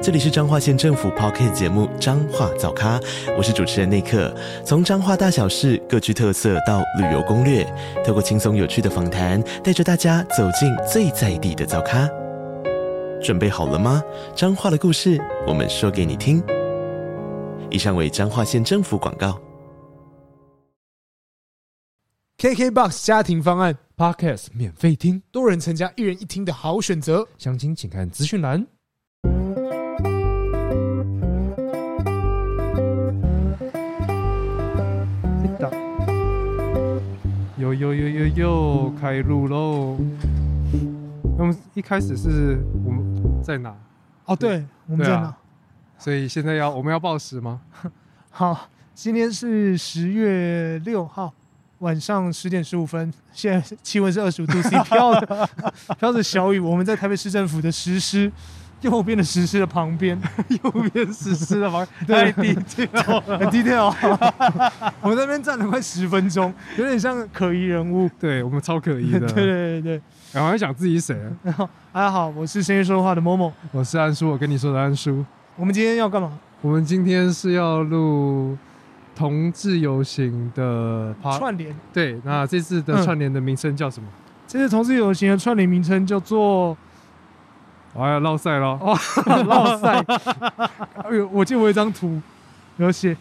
这里是彰化县政府 p o c k t 节目《彰化早咖》，我是主持人内克。从彰化大小事各具特色到旅游攻略，透过轻松有趣的访谈，带着大家走进最在地的早咖。准备好了吗？彰化的故事，我们说给你听。以上为彰化县政府广告。 KKBOX 家庭方案， Podcast 免费听，多人成家一人一听的好选择。详情请看资讯栏。有有有有有，开录喽！我们一开始是我们在哪？哦，对，我们对在啊哪？所以现在要我们要报时吗？好，今天是十月六号晚上十点十五分，现在气温是二十五 度 C，飘着飘着小雨。我们在台北市政府的实施右边的实施的旁边， 右边是吃的吗？ 对太低调 了。很 detail 哦。我们在那边站了快十分钟，有点像可疑人物。对我们超可疑对的。 对对对，然后还讲自己谁？然后大家好，我是深夜说话的某某。我是安叔，我跟你说的安叔。我们今天要干嘛？我们今天是要录同志游行的 part- 串联。对，那这次的嗯串联的名称叫什么？这次同志游行的串联名称叫做我要绕赛咯。哦， “绕赛”。 哎呦，我记得我有一张图有写，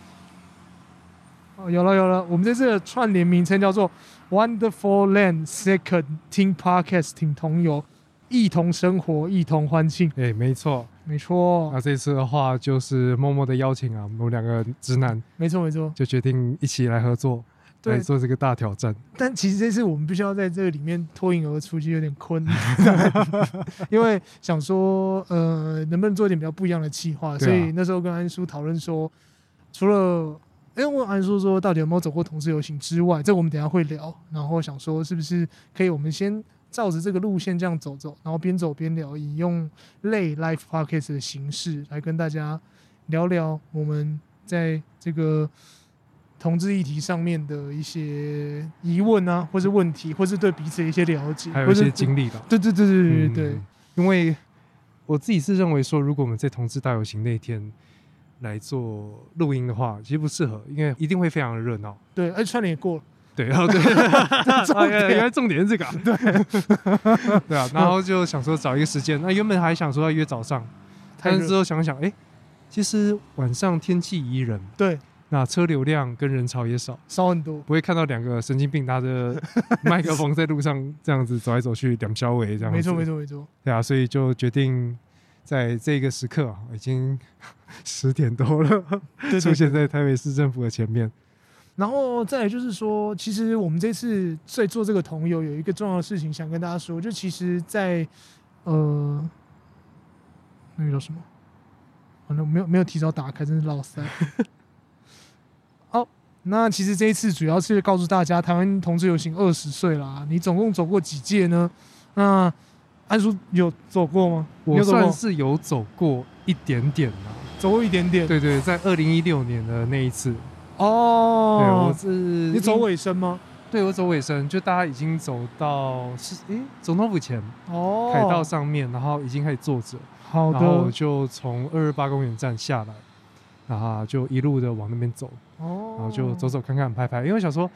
哦，有了有了，我们这次的串联名称叫做 “Wonderful Land Second Team Podcast 挺同游”，一同生活，一同欢庆。对，哎没错。没错那，这次的话，就是默默的邀请啊，我们两个直男没错没错。就决定一起来合作，来对，做这个大挑战。但其实这次我们必须要在这个里面脱颖而出，就有点困 难，因为想说，呃，能不能做一点比较不一样的计划？对所啊以那时候跟安叔讨论说，除了因为我问安叔说到底有没有走过同志游行之外，这我们等一下会聊。然后想说，是不是可以我们先照着这个路线这样走走，然后边走边聊，以用类 live podcast 的形式来跟大家聊聊我们在这个同志议题上面的一些疑问啊，或是问题，或是对彼此的一些了解，还有一或些是经历吧。对对对对对嗯对，因为我自己是认为说，如果我们在同志大游行那天来做录音的话，其实不适合，因为一定会非常的热闹。对，而且串联也过了，对，然 后对，啊原来原来重点是这个、啊，对， 对啊，然后就想说找一个时间，那原本还想说要约早上，太但是热之后想想，哎、其实晚上天气宜人，对，那车流量跟人潮也少，少很多，不会看到两个神经病拿着 麦克风在路上这样子走来走去，两小尾这样子，没错没错，错没错，对啊，所以就决定在这个时刻、啊、已经 十点多了，对出对。现在台北市政府的前面，然后再来就是说，其实我们这次在做这个同游有一个重要的事情想跟大家说，就其实在，呃，那个叫什么？完了，没有没有提早打开，真是落塞。 哦，那其实这一次主要是告诉大家，台湾同志游行二十岁啦，你总共走过几届呢？那安叔有走过吗？你我有走过算是有走过一点点啦、走过一点点。对对，在二零一六年的那一次，对，我哦，是你走，尾声吗？对我走尾声，就大家已经走到是诶总统府前哦，凯道上面，然后已经开始坐着，好然后我的就从二二八公园站下来，然后就一路的往那边走，哦，然后就走走看看拍拍，因为我想说，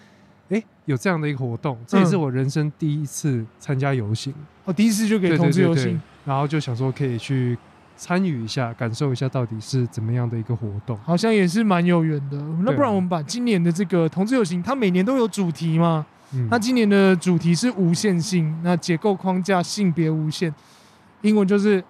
诶，有这样的一个活动，嗯这也是我人生第一次参加游行，我哦第一次就给对同对志对游对行，，然后就想说可以去参与一下，感受一下到底是怎么样的一个活动。好像也是蛮有缘的。那对不然啊我们把今年的这个同志游行，它每年都有主题嘛？嗯，那今年的主题是无限性，那结构框架性别无限，英文就是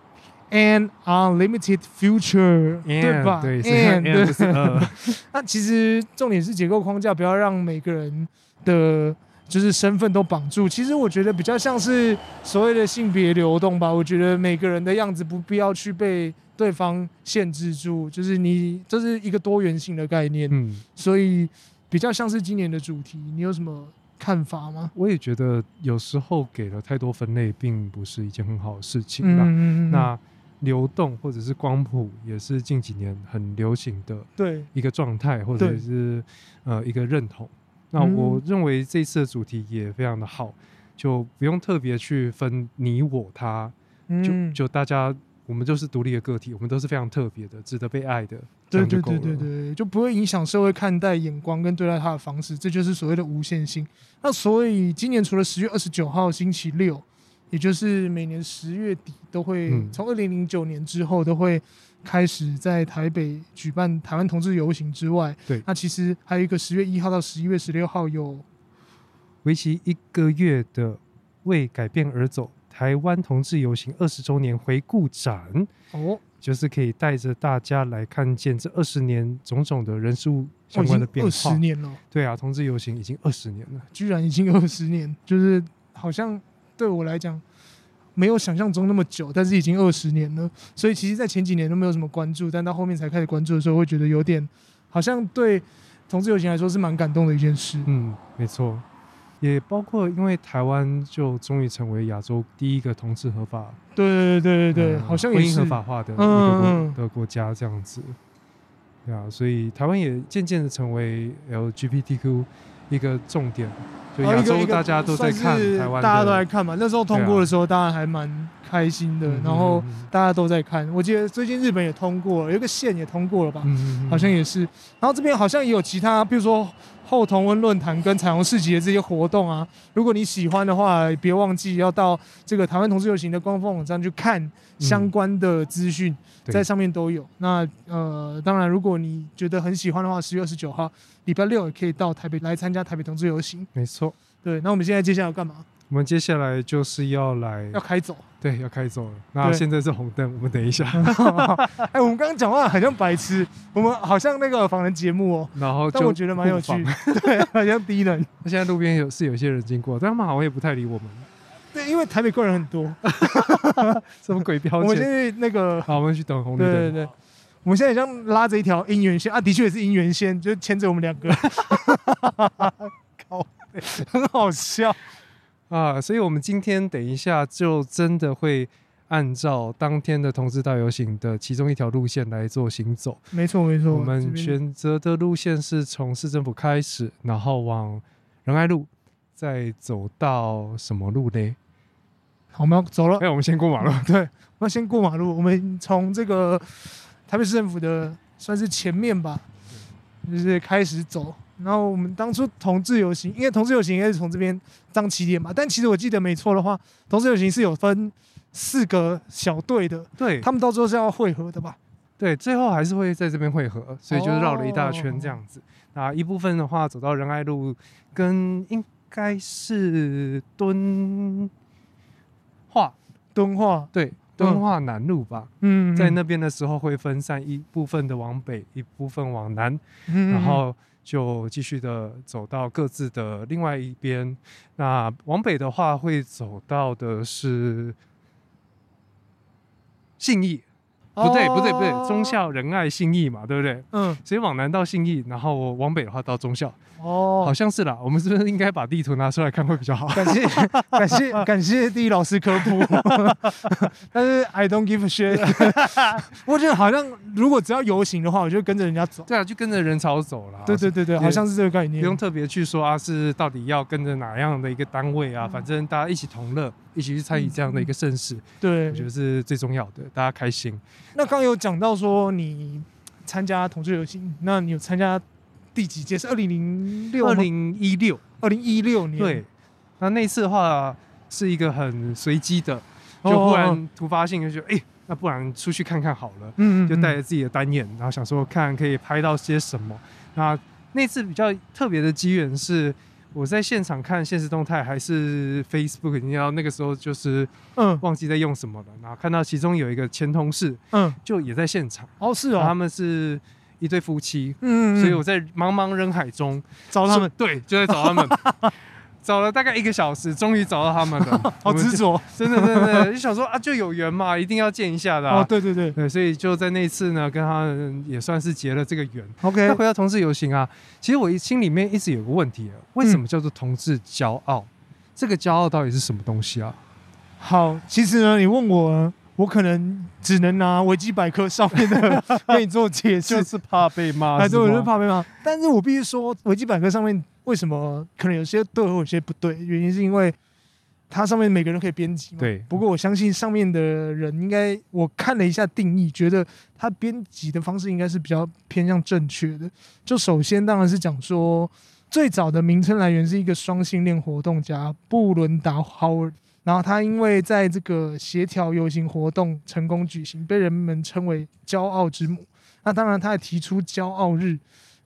an unlimited future，对 And，吧？嗯对是 and 对 and 不是呃 那其实重点是结构框架，不要让每个人的就是身份都绑住。其实我觉得比较像是所谓的性别流动吧。我觉得每个人的样子不必要去被对方限制住，就是你这是一个多元性的概念，嗯，所以比较像是今年的主题。你有什么看法吗？我也觉得有时候给了太多分类，并不是一件很好的事情嗯啦。嗯嗯，那流动或者是光谱，也是近几年很流行的对，一个状态，或者对是呃一个认同。那嗯我认为这次的主题也非常的好，就不用特别去分你我他，就嗯，就大家我们就是独立的个体，我们都是非常特别的，值得被爱的，这对样对就够对了。对对，就不会影响社会看待眼光跟对待他的方式，这就是所谓的无限性。那所以今年除了十月二十九号星期六，也就是每年十月底都会，嗯从二零零九年之后都会开始在台北举办台湾同志游行之外，对那其实还有一个十月一号到十一月十六号有为期一个月的为改变而走台湾同志游行二十周年回顾展，哦，就是可以带着大家来看见这二十年种种的人事物我哦相已关经的变二十化。年了，对啊，同志游行已经二十年了。居然已经二十年， 就是好像对我来讲没有想象中那么久，但是已经二十年了。所以其实，在前几年都没有什么关注，但到后面才开始关注的时候，会觉得有点好像对同志游行来说是蛮感动的一件事。嗯，没错，也包括因为台湾就终于成为亚洲第一个同志合法，对对对对对，嗯好像婚也姻是合法化的一个国、嗯嗯嗯的国家这样子。对啊，所以台湾也渐渐的成为 LGBTQ 一个重点，就然后亚哦一个洲一个大家都在算是看台湾的，大家都在看嘛。那时候通对过啊的时候，当然还蛮开心的，嗯然后嗯嗯大家都在看。我记得最近日本也通过了，有一个县也通过了吧？嗯嗯嗯好像也是。然后这边好像也有其他，比如说后同温论坛跟彩虹市集的这些活动啊。如果你喜欢的话，也别忘记要到这个台湾同志游行的官方网站去看相关的资讯，对在上面都有。那呃，当然，如果你觉得很喜欢的话，十月二十九号礼拜六也可以到台北来参加台北同志游行。没错。对，那我们现在接下来要干嘛？我们接下来就是要来要开走。对要开走了，那对现在是红灯，我们等 一下，哎，我们刚刚讲话好像白痴，我们好像那个访谈节目哦、然后但我就觉得蛮有趣互访。 对，好像低 能。那现在路边有是有些人经过，但他们好像也不太理我们，对，因为台北怪人很多。什么鬼标我们签先？去那个， 好，我们去等红绿对对灯。对，我们现在像拉着一条姻缘线啊，的确也是姻缘线，就牵着我们 两个，靠，很好笑。啊，所以我们今天等一下就真的会按照当天的同志大游行的其中一条路线来做行走。没错没错，我们这边选择的路线是从市政府开始，然后往仁爱路，再走到什么路嘞？好，我们要走了哎、，我们先过马路。 对，我们要先过马路，我们从这个台北市政府的算是前面吧，就是开始走。然后我们当初同志游行，因为同志游行应该是从这边当起点嘛，但其实我记得没错的话，同志游行是有分四个小队的，对，他们到最后是要汇合的吧？对，最后还是会在这边汇合，所以就绕了一大圈哦这样子。那一部分的话，走到仁爱路跟应该是敦化，敦化，对，敦化南路吧，嗯，在那边的时候会分散一部分的往北，一部分往南，嗯，然后就继续的走到各自的另外一边。那往北的话，会走到的是信义，嗯不对，不对，不对，忠，孝仁爱信义嘛，对不对？嗯，所以往南到信义，然后我往北的话到忠孝，好哦，像是啦。我们是不是应该把地图拿出来看会比 较好？感 谢感谢感谢地理老师科普，但是 I don't give a shit，我觉得好像如果只要游行的话，我就跟着人家走，对啊，就跟着人潮走啦。对对对对，也好像是这个概不念，用特别去说啊，是到底要跟着哪样的一个单位啊？嗯反正大家一起同乐，一起去参与这样的一个盛事，对我觉。得是最重要的，大家开心。那刚刚有讲到说你参加同志游行，那你有参加第几届？是二零零六嗯二零一六，二零一六年，对，，那那次的话是一个很随机的，哦就忽哦然突发性就觉得，哎，那不然出去看看好了。嗯，嗯就带嗯着自己的单眼，然后想说看可以拍到些什么。那那次比较特别的机缘是，我在现场看现实动态还是 Facebook，你知道那个时候就是嗯忘记在用什么了，然后看到其中有一个前同事嗯，就也在现场，哦是然后他哦，们是一对夫妻，嗯，嗯嗯所以我在茫茫人海中找他们 。是，对，就在找他们。找了大概一个小时，终于找到他们了好执着真的，真的，就想说啊，就有缘嘛，一定要见一下的、啊。哦，对对对对，所以就在那一次呢，跟他们也算是结了这个缘。 ，OK，那回到同志游行啊，其实我心里面一直有个问题，啊为什么叫做同志骄傲？这个骄傲到底是什么东西啊？好，其实呢，你问我呢，我可能只能拿维基百科上面 的给你做解释，是怕被骂哎，对，我就就怕怕被骂。但是我必须说，维基百科上面为什么可能有些对，或有些不对，原因是因为它上面每个人都可以编辑嘛。对不过我相信上面的人应该，我看了一下定义，觉得他编辑的方式应该是比较偏向正确的。就首先当然是讲说，最早的名称来源是一个双性恋活动家布伦达·哈维。然后他因为在这个协调游行活动成功举行，被人们称为“骄傲之母”。那当然，他也提出骄傲日，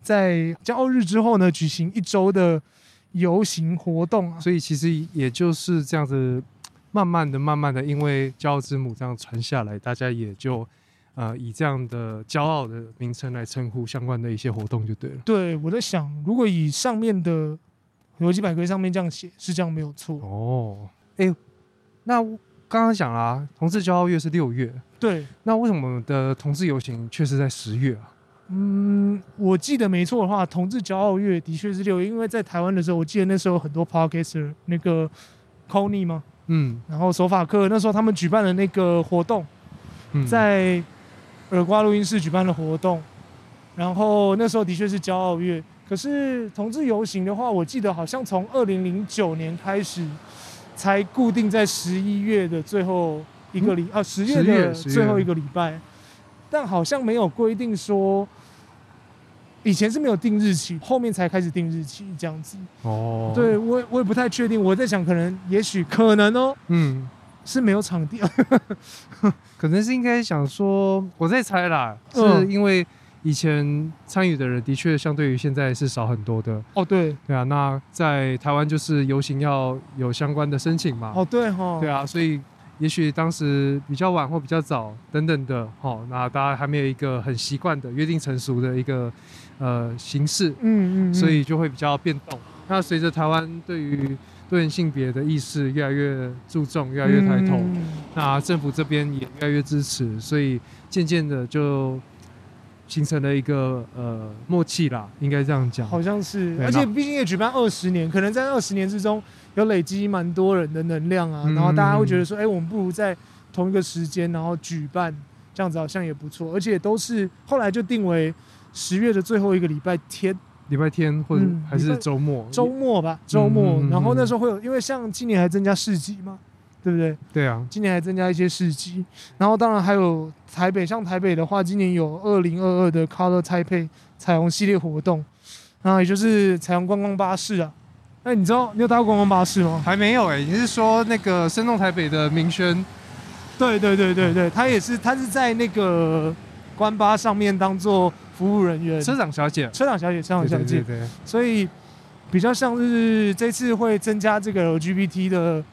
在骄傲日之后呢，举行一周的游行活动啊。所以其实也就是这样子，慢慢的、慢慢的，因为骄傲之母这样传下来，大家也就呃以这样的骄傲的名称来称呼相关的一些活动就对了。对，我在想，如果以上面的维基百科上面这样写，是这样没有错。哦，哎、那刚刚讲啦、啊同志骄傲月是六月，对，那为什么我们的同志游行却是在十月啊？嗯，我记得没错的话，同志骄傲月的确是六月，因为在台湾的时候，我记得那时候很多 podcaster 那个 Kony 嘛，嗯，然后索法克那时候他们举办的那个活动。嗯在耳瓜录音室举办的活动，然后那时候的确是骄傲月。可是同志游行的话，我记得好像从二零零九年开始，才固定在十一月的最后一个礼、啊十月10月嗯的10月最后一个礼拜，但好像没有规定说，以前是没有定日期，后面才开始定日期这样子。哦，对，我也我也不太确定，我在想可能也许可能哦嗯，是没有场地，可能是应该想说，我在猜啦，是嗯因为以前参与的人的确相对于现在是少很多的，哦对对啊。那在台湾就是游行要有相关的申请嘛，哦对哈对啊，所以也许当时比较晚或比较早等等的，哦，那大家还没有一个很习惯的约定成熟的一个呃形式，嗯嗯，嗯所以就会比较变动。那随着台湾对于多元性别的意识越来越注重，越来越抬头，嗯那政府这边也越来越支持，所以渐渐的就形成了一个呃默契啦，应该这样讲。好像是，对而且那毕竟也举办二十年，可能在二十年之中有累积蛮多人的能量啊，嗯然后大家会觉得说，哎、我们不如在同一个时间然后举办，这样子好像也不错，而且都是后来就定为十月的最后一个礼拜天，礼拜天或者嗯还礼是拜周末，周末吧，周末，嗯嗯嗯然后那时候会有，因为像今年还增加市集嘛，对不对？对啊，今年还增加一些市集，然后当然还有台北，像台北的话，今年有二零二二的 Color Taipei 彩虹系列活动，那也就是彩虹观光巴士啊。那你知道你有搭过观光巴士吗？还没有哎、你是说那个生动台北的明轩？对对对对对，他也是，他是在那个关巴上面当做服务人员，车长小姐，车长小姐，车长对小姐，对对对，所以比较像是这次会增加这个 LGBT 的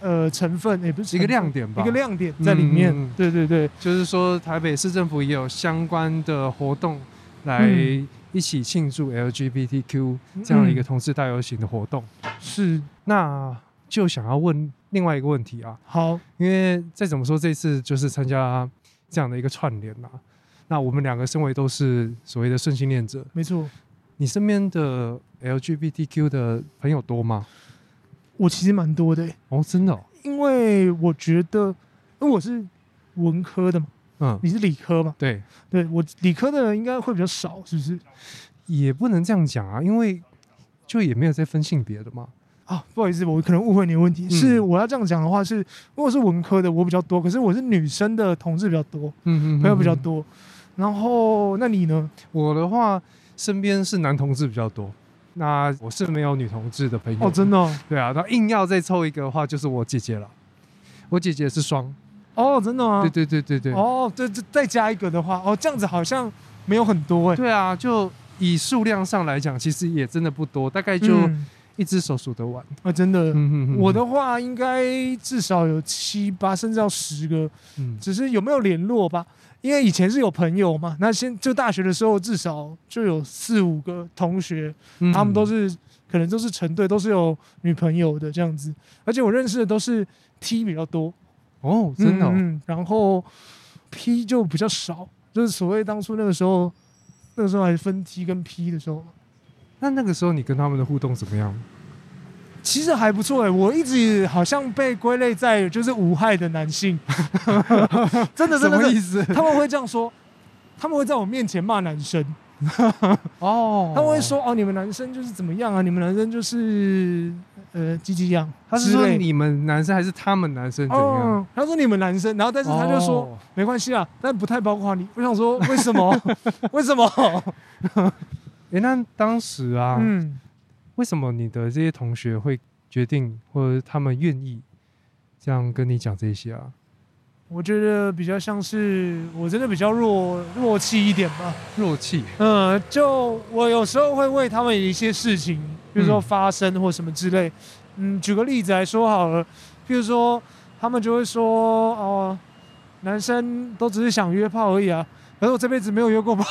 呃成分，也、不是一个成分亮点吧，一个亮点在里面。嗯嗯嗯对对对，就是说台北市政府也有相关的活动来嗯一起庆祝 LGBTQ 这样的一个同志大游行的活动。是那就想要问另外一个问题啊，好。因为再怎么说这次就是参加这样的一个串联啊，那我们两个身为都是所谓的顺性恋者，没错，你身边的 LGBTQ 的朋友多吗？我其实蛮多的欸，哦，真的、哦，因为我觉得，因为我是文科的嘛，嗯，你是理科嘛，对，对我理科的人应该会比较少，是不是？也不能这样讲啊，因为就也没有在分性别的嘛。啊，不好意思，我可能误会你的问题，嗯是我要这样讲的话是，如果是文科的我比较多，可是我是女生的同志比较多，嗯嗯，朋友比较嗯嗯多。然后，那你呢？我的话，身边是男同志比较多，那我是没有女同志的朋友。哦，真的哦，对啊，那硬要再凑一个的话，就是我姐姐了。我姐姐是双，哦，真的吗？对对对对对，哦，对，这再加一个的话，哦，这样子好像没有很多哎，对啊，就以数量上来讲，其实也真的不多，大概就嗯一只手数得完。啊，真的，嗯嗯我的话应该至少有七八，甚至要十个，嗯只是有没有联络吧？因为以前是有朋友嘛，那先就大学的时候至少就有四五个同学，嗯他们都是可能都是成对，都是有女朋友的这样子。而且我认识的都是 T 比较多，哦，真的哦、嗯，嗯然后 P 就比较少，就是所谓当初那个时候，那个时候还分 T 跟 P 的时候，那那个时候你跟他们的互动怎么样？其实还不错哎、我一直好像被归类在就是无害的男性，真的什真的么真意的，思？他们会这样说，他们会在我面前骂男生，哦，他们会，说哦，你们男生就是怎么样啊，你们男生就是呃鸡鸡样，他是之说类你们男生还是他们男生怎样？哦，他说你们男生，然后但是他就说、哦没关系啊，但不太包括你。我想说为什 么？为什么？诶，那当时啊，嗯，为什么你的这些同学会决定，或者他们愿意这样跟你讲这些啊？我觉得比较像是我真的比较弱弱气一点吧。弱 气，嗯，就我有时候会为他们一些事情，比如说嗯发生或什么之类。嗯，举个例子来说好了，譬如说他们就会说哦、男生都只是想约炮而已啊。可是我这辈子没有约过炮，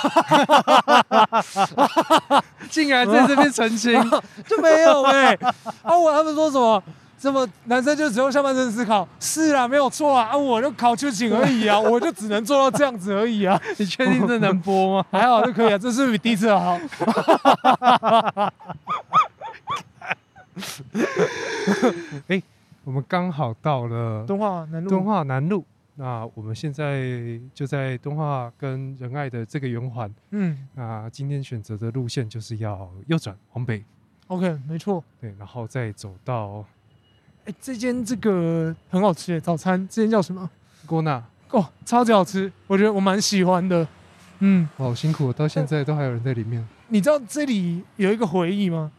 竟然在这边澄清，就没有哎、啊，我他们说什么？什么男生就只用下半身思考？是啊，没有错啊。啊，我就考秋瑾而已啊，我就只能做到这样子而已啊。你确定这能播吗？ 还好就可以啊，这是不是比第一次好？我们刚好到了敦化南路，敦化南路，那我们现在就在敦化跟仁爱的这个圆环。嗯那今天选择的路线就是要右转往北， ，OK，没错。对，然后再走到哎、这间这个很好吃耶，早餐这间叫什么？郭纳。哦，超级好吃，我觉得我蛮喜欢的。嗯，我好辛苦哦，到现在都还有人在里面。 你知道这里有一个回忆吗？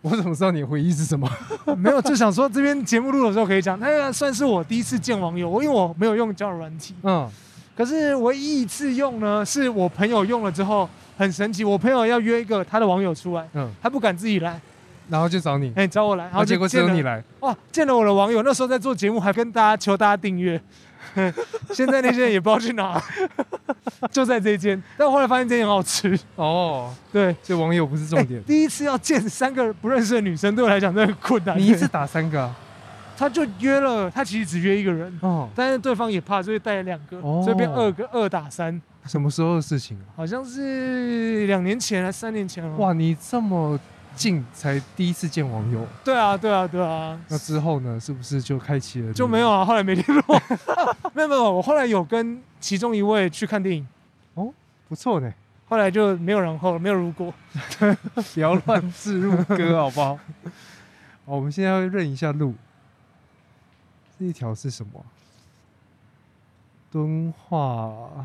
我怎么知道你的回忆是什么？没有，就想说这边节目录的时候可以讲，那个算是我第一次见网友，我因为我没有用交友软体，嗯，可是唯一一次用呢，是我朋友用了之后很神奇，我朋友要约一个他的网友出来，嗯，他不敢自己来，然后就找你，哎、找我来，然然后后就结果只见有了你来，哇，见了我的网友，那时候在做节目，还跟大家求大家订阅。 现在那些人也不知道去哪， 就在这间。但我后来发现这间很好吃。哦，对，所以网友不是重点哎。第一次要见三个不认识的女生，对我来讲真的很困难。 你一次打三个啊、 他就约了，他其实只约一个人，哦，但是对方也怕，所以带了两个，哦所以变二个二打三。什么时候的事情啊？好像是两年前还是三年前了。哇，哇，你这么近才第一次见网友，对啊，对啊，对啊，那之后呢？是不是就开启了？就没有啊，后来没联络。 没有没有，我后来有跟其中一位去看电影，不错呢，后来就没有然后了，没有如果。不要乱置入歌好不 好？好，我们现在要认一下路，这一条是什么啊？敦化，我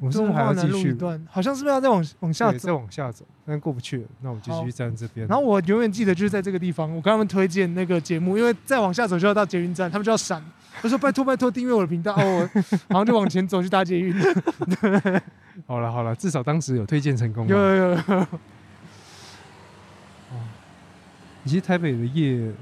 们是不是还要敦化继南路续一？段，好像是不是要再往往下对走？再往下走，但过不去了，那我们就继续站这边。然后我永远记得就是在这个地方，我跟他们推荐那个节目，因为再往下走就要到捷运站，他们就要闪。我说拜托拜托订阅我的频道哦， 我然后就往前走去搭 捷运。好了好了，至少当时有推荐成功嘛。有有有，有其实台北的夜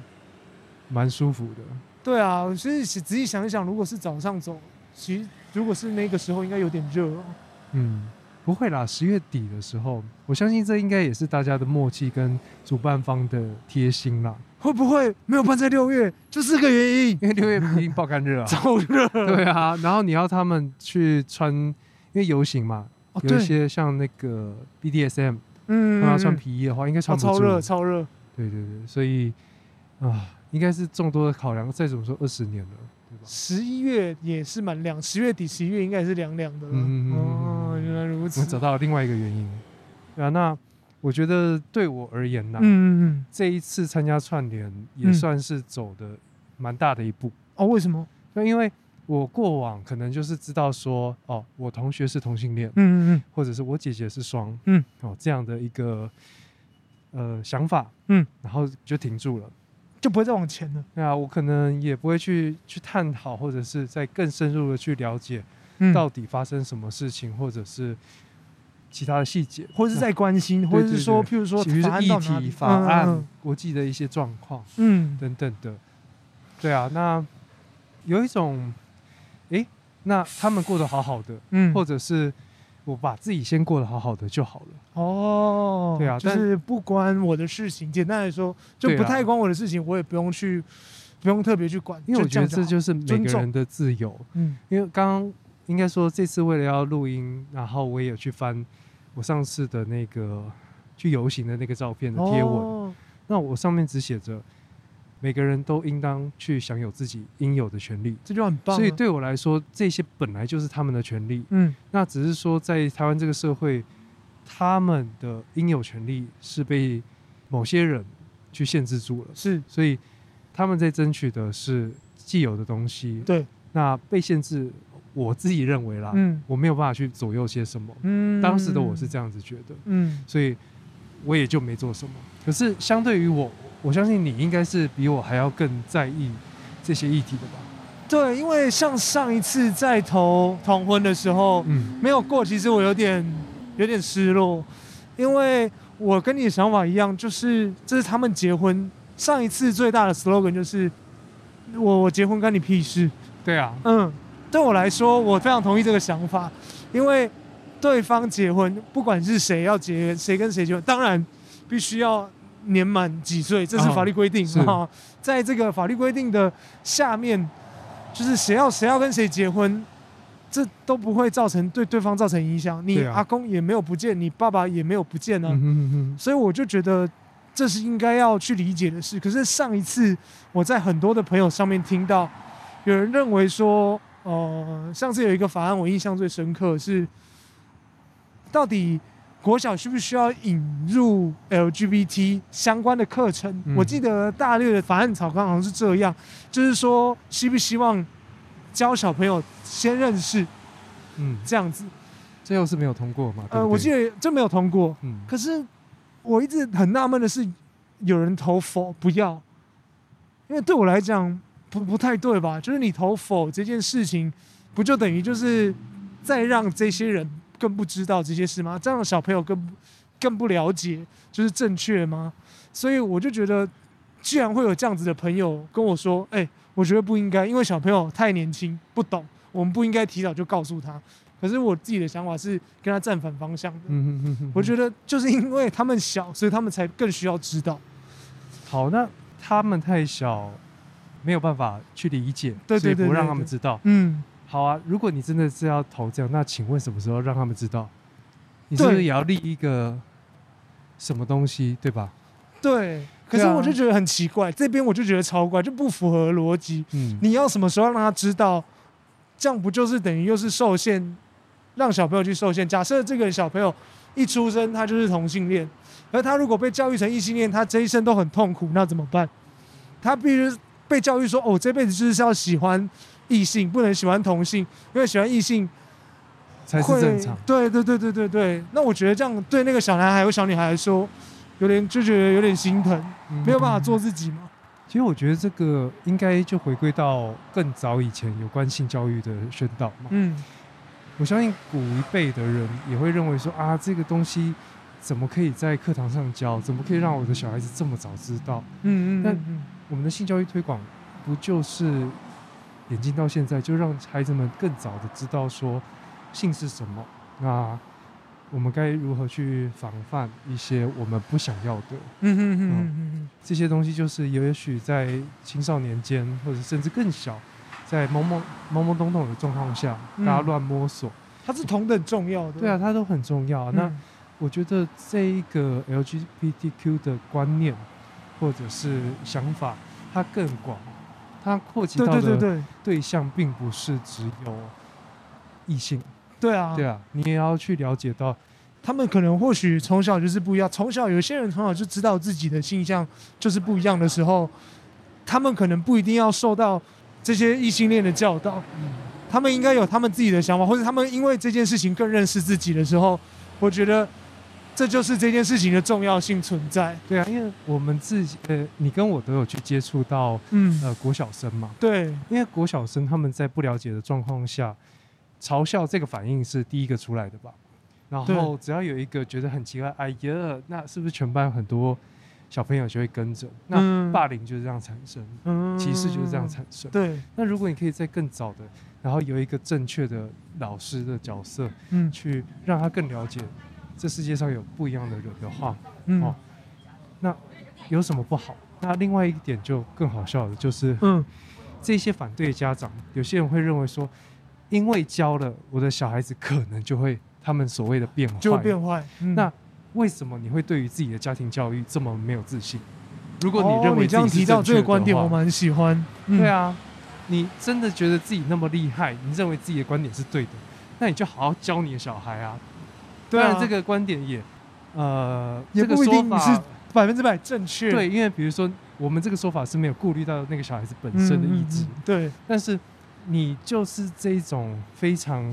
蛮舒服的，对啊，我其实仔细想一想，如果是早上走，其实如果是那个时候应该有点热哦。嗯，不会啦。十月底的时候，我相信这应该也是大家的默契跟主办方的贴心啦，会不会没有办在六月，就是这个原 因？ 因为六月毕竟爆干热啊，超热。 对啊。然后你要他们去穿，因为游行嘛，哦，有一对，些像那个 BDSM，嗯，让他穿嗯，皮衣的话，应该哦穿不住。超热超热。对对对，所以啊，应该是众多的考量。再怎么说，二十年了，对吧？十一月也是蛮凉，十月底、十一月应该也是凉凉的了。嗯嗯嗯嗯哦，嗯原来如我 此们。找到了另外一个原因，对啊。那我觉得对我而言呢、嗯嗯嗯。这一次参加串联也嗯算是走的蛮大的一步，哦，为什么？那、因为我过往可能就是知道说，哦，我同学是同性恋，嗯嗯或者是我姐姐是双，嗯，哦这样的一个呃想法，嗯，然后就停住了。嗯，就不会再往前了。那我可能也不会去去探讨，或者是再更深入的去了解嗯到底发生什么事情，或者是其他的细节，或者是在关心，或者是说，譬如说其实法是案议到哪里题、法案、嗯国际的一些状况嗯，嗯等等的。对啊，那有一种，诶，那他们过得好好的，嗯，或者是我把自己先过得好好的就好了。哦，对啊就但是不关我的事情。简单来说，就对不啊太关我的事情，我也不用去，不用特别去管。因为我觉得这这样就好就是每尊个重人的自由。嗯因为刚刚应该说这次为了要录音，然后我也有去翻我上次的那个去游行的那个照片的贴文，哦那我上面只写着每个人都应当去享有自己应有的权利。这就很棒啊。所以对我来说，这些本来就是他们的权利。嗯那只是说，在台湾这个社会，他们的应有权利是被某些人去限制住了，是所以他们在争取的是既有的东西。对，那被限制，我自己认为啦，嗯我没有办法去左右些什么。嗯，啊当时的我是这样子觉得，嗯所以我也就没做什么。可是相对于我，我相信你应该是比我还要更在意这些议题的吧？对，因为像上一次在投同婚的时候，嗯，没有过，其实我有点有点失落，因为我跟你的想法一样，就是这是他们结婚上一次最大的 slogan 就是我我结婚干你屁事。对啊，嗯，对我来说，我非常同意这个想法，因为对方结婚，不管是谁要结，谁跟谁结婚，当然必须要年满几岁，这是哦法律规定是啊、在这个法律规定的下面，就是谁要谁要跟谁结婚。这都不会造成对对方造成影响，你对啊阿公也没有不见，你爸爸也没有不见啊，嗯哼哼哼，所以我就觉得这是应该要去理解的事。可是上一次我在很多的朋友上面听到，有人认为说，呃，上次有一个法案我印象最深刻是，到底国小需不需要引入 LGBT 相关的课程？嗯我记得大略的法案草纲好像是这样，就是说希不希望教小朋友先认识嗯，这样子。最后是没有通过嘛？对不呃，我对记得这没有通过，嗯，可是我一直很纳闷的是，有人投否不要，因为对我来讲不不太对吧？就是你投否这件事情，不就等于就是再让这些人更不知道这些事吗？再让小朋友更更不了解，就是正确吗？所以我就觉得，居然会有这样子的朋友跟我说，哎、我觉得不应该，因为小朋友太年轻不懂，我们不应该提早就告诉他。可是我自己的想法是跟他站反方向的，嗯哼哼哼，我觉得就是因为他们小，所以他们才更需要知道。好，那他们太小，没有办法去理解，对对所以对不让对他们知道。嗯，好啊，如果你真的是要投这样，那请问什么时候让他们知道？你是不对是也要立一个什么东西，对吧？对。可是对啊我就觉得很奇怪，这边我就觉得超怪，就不符合逻辑。嗯，你要什么时候让他知道？这样不就是等于又是受限，让小朋友去受限？假设这个小朋友一出生他就是同性恋，而他如果被教育成异性恋，他这一生都很痛苦，那怎么办？他必须被教育说，哦，这辈子就是要喜欢异性，不能喜欢同性，因为喜欢异性才会是正常。对对对对对对。那我觉得这样对那个小男孩或小女孩来说，有点就觉得有点心疼，嗯没有办法做。自己嘛。其实我觉得这个应该就回归到更早以前有关性教育的宣导嘛。嗯，我相信古一辈的人也会认为说啊，这个东西怎么可以在课堂上教？怎么可以让我的小孩子这么早知道？嗯嗯那嗯嗯，我们的性教育推广不就是演进到现在，就让孩子们更早的知道说性是什么？那我们该如何去防范一些我们不想要的嗯嗯嗯嗯这些东西？就是也许在青少年间，或者甚至更小，在懵懵懵懵懂懂的状况下，嗯大家乱摸索，嗯，它是同等重要的。对啊，它都很重要啊。那嗯我觉得这一个 LGBTQ 的观念或者是想法，它更广，它扩及对到对对的对对象并不是只有异性，对啊，对啊，你也要去了解到，他们可能或许从小就是不一样，从小有些人从小就知道自己的性向就是不一样的时候，他们可能不一定要受到这些异性恋的教导，他们应该有他们自己的想法，或者他们因为这件事情更认识自己的时候，我觉得这就是这件事情的重要性存在。对啊，因为我们自己，呃，你跟我都有去接触到嗯，呃国小生嘛，对，因为国小生他们在不了解的状况下，嘲笑这个反应是第一个出来的吧。然后只要有一个觉得很奇怪，哎呀，那是不是全班很多小朋友就会跟着？那嗯霸凌就是这样产生，嗯歧视就是这样产生。对，那如果你可以在更早的，然后有一个正确的老师的角色，嗯去让他更了解这世界上有不一样的人的话，嗯哦有什么不好？那另外一点就更好笑的，就是嗯这些反对家长，有些人会认为说，因为教了我的小孩子，可能就会他们所谓的变坏。就会变坏。嗯那为什么你会对于自己的家庭教育这么没有自信？如果哦认为你这样自己提是到正这确个的观点，话我蛮喜欢。嗯对，啊，你真的觉得自己那么厉害，你认为自己的观点是对的，那你就好好教你的小孩啊。对当啊然，这个观点也，呃，也这个不一说定法是百分之百正确。对，因为比如说我们这个说法是没有顾虑到那个小孩子本嗯，身的嗯意志，嗯对，但是你就是这种非常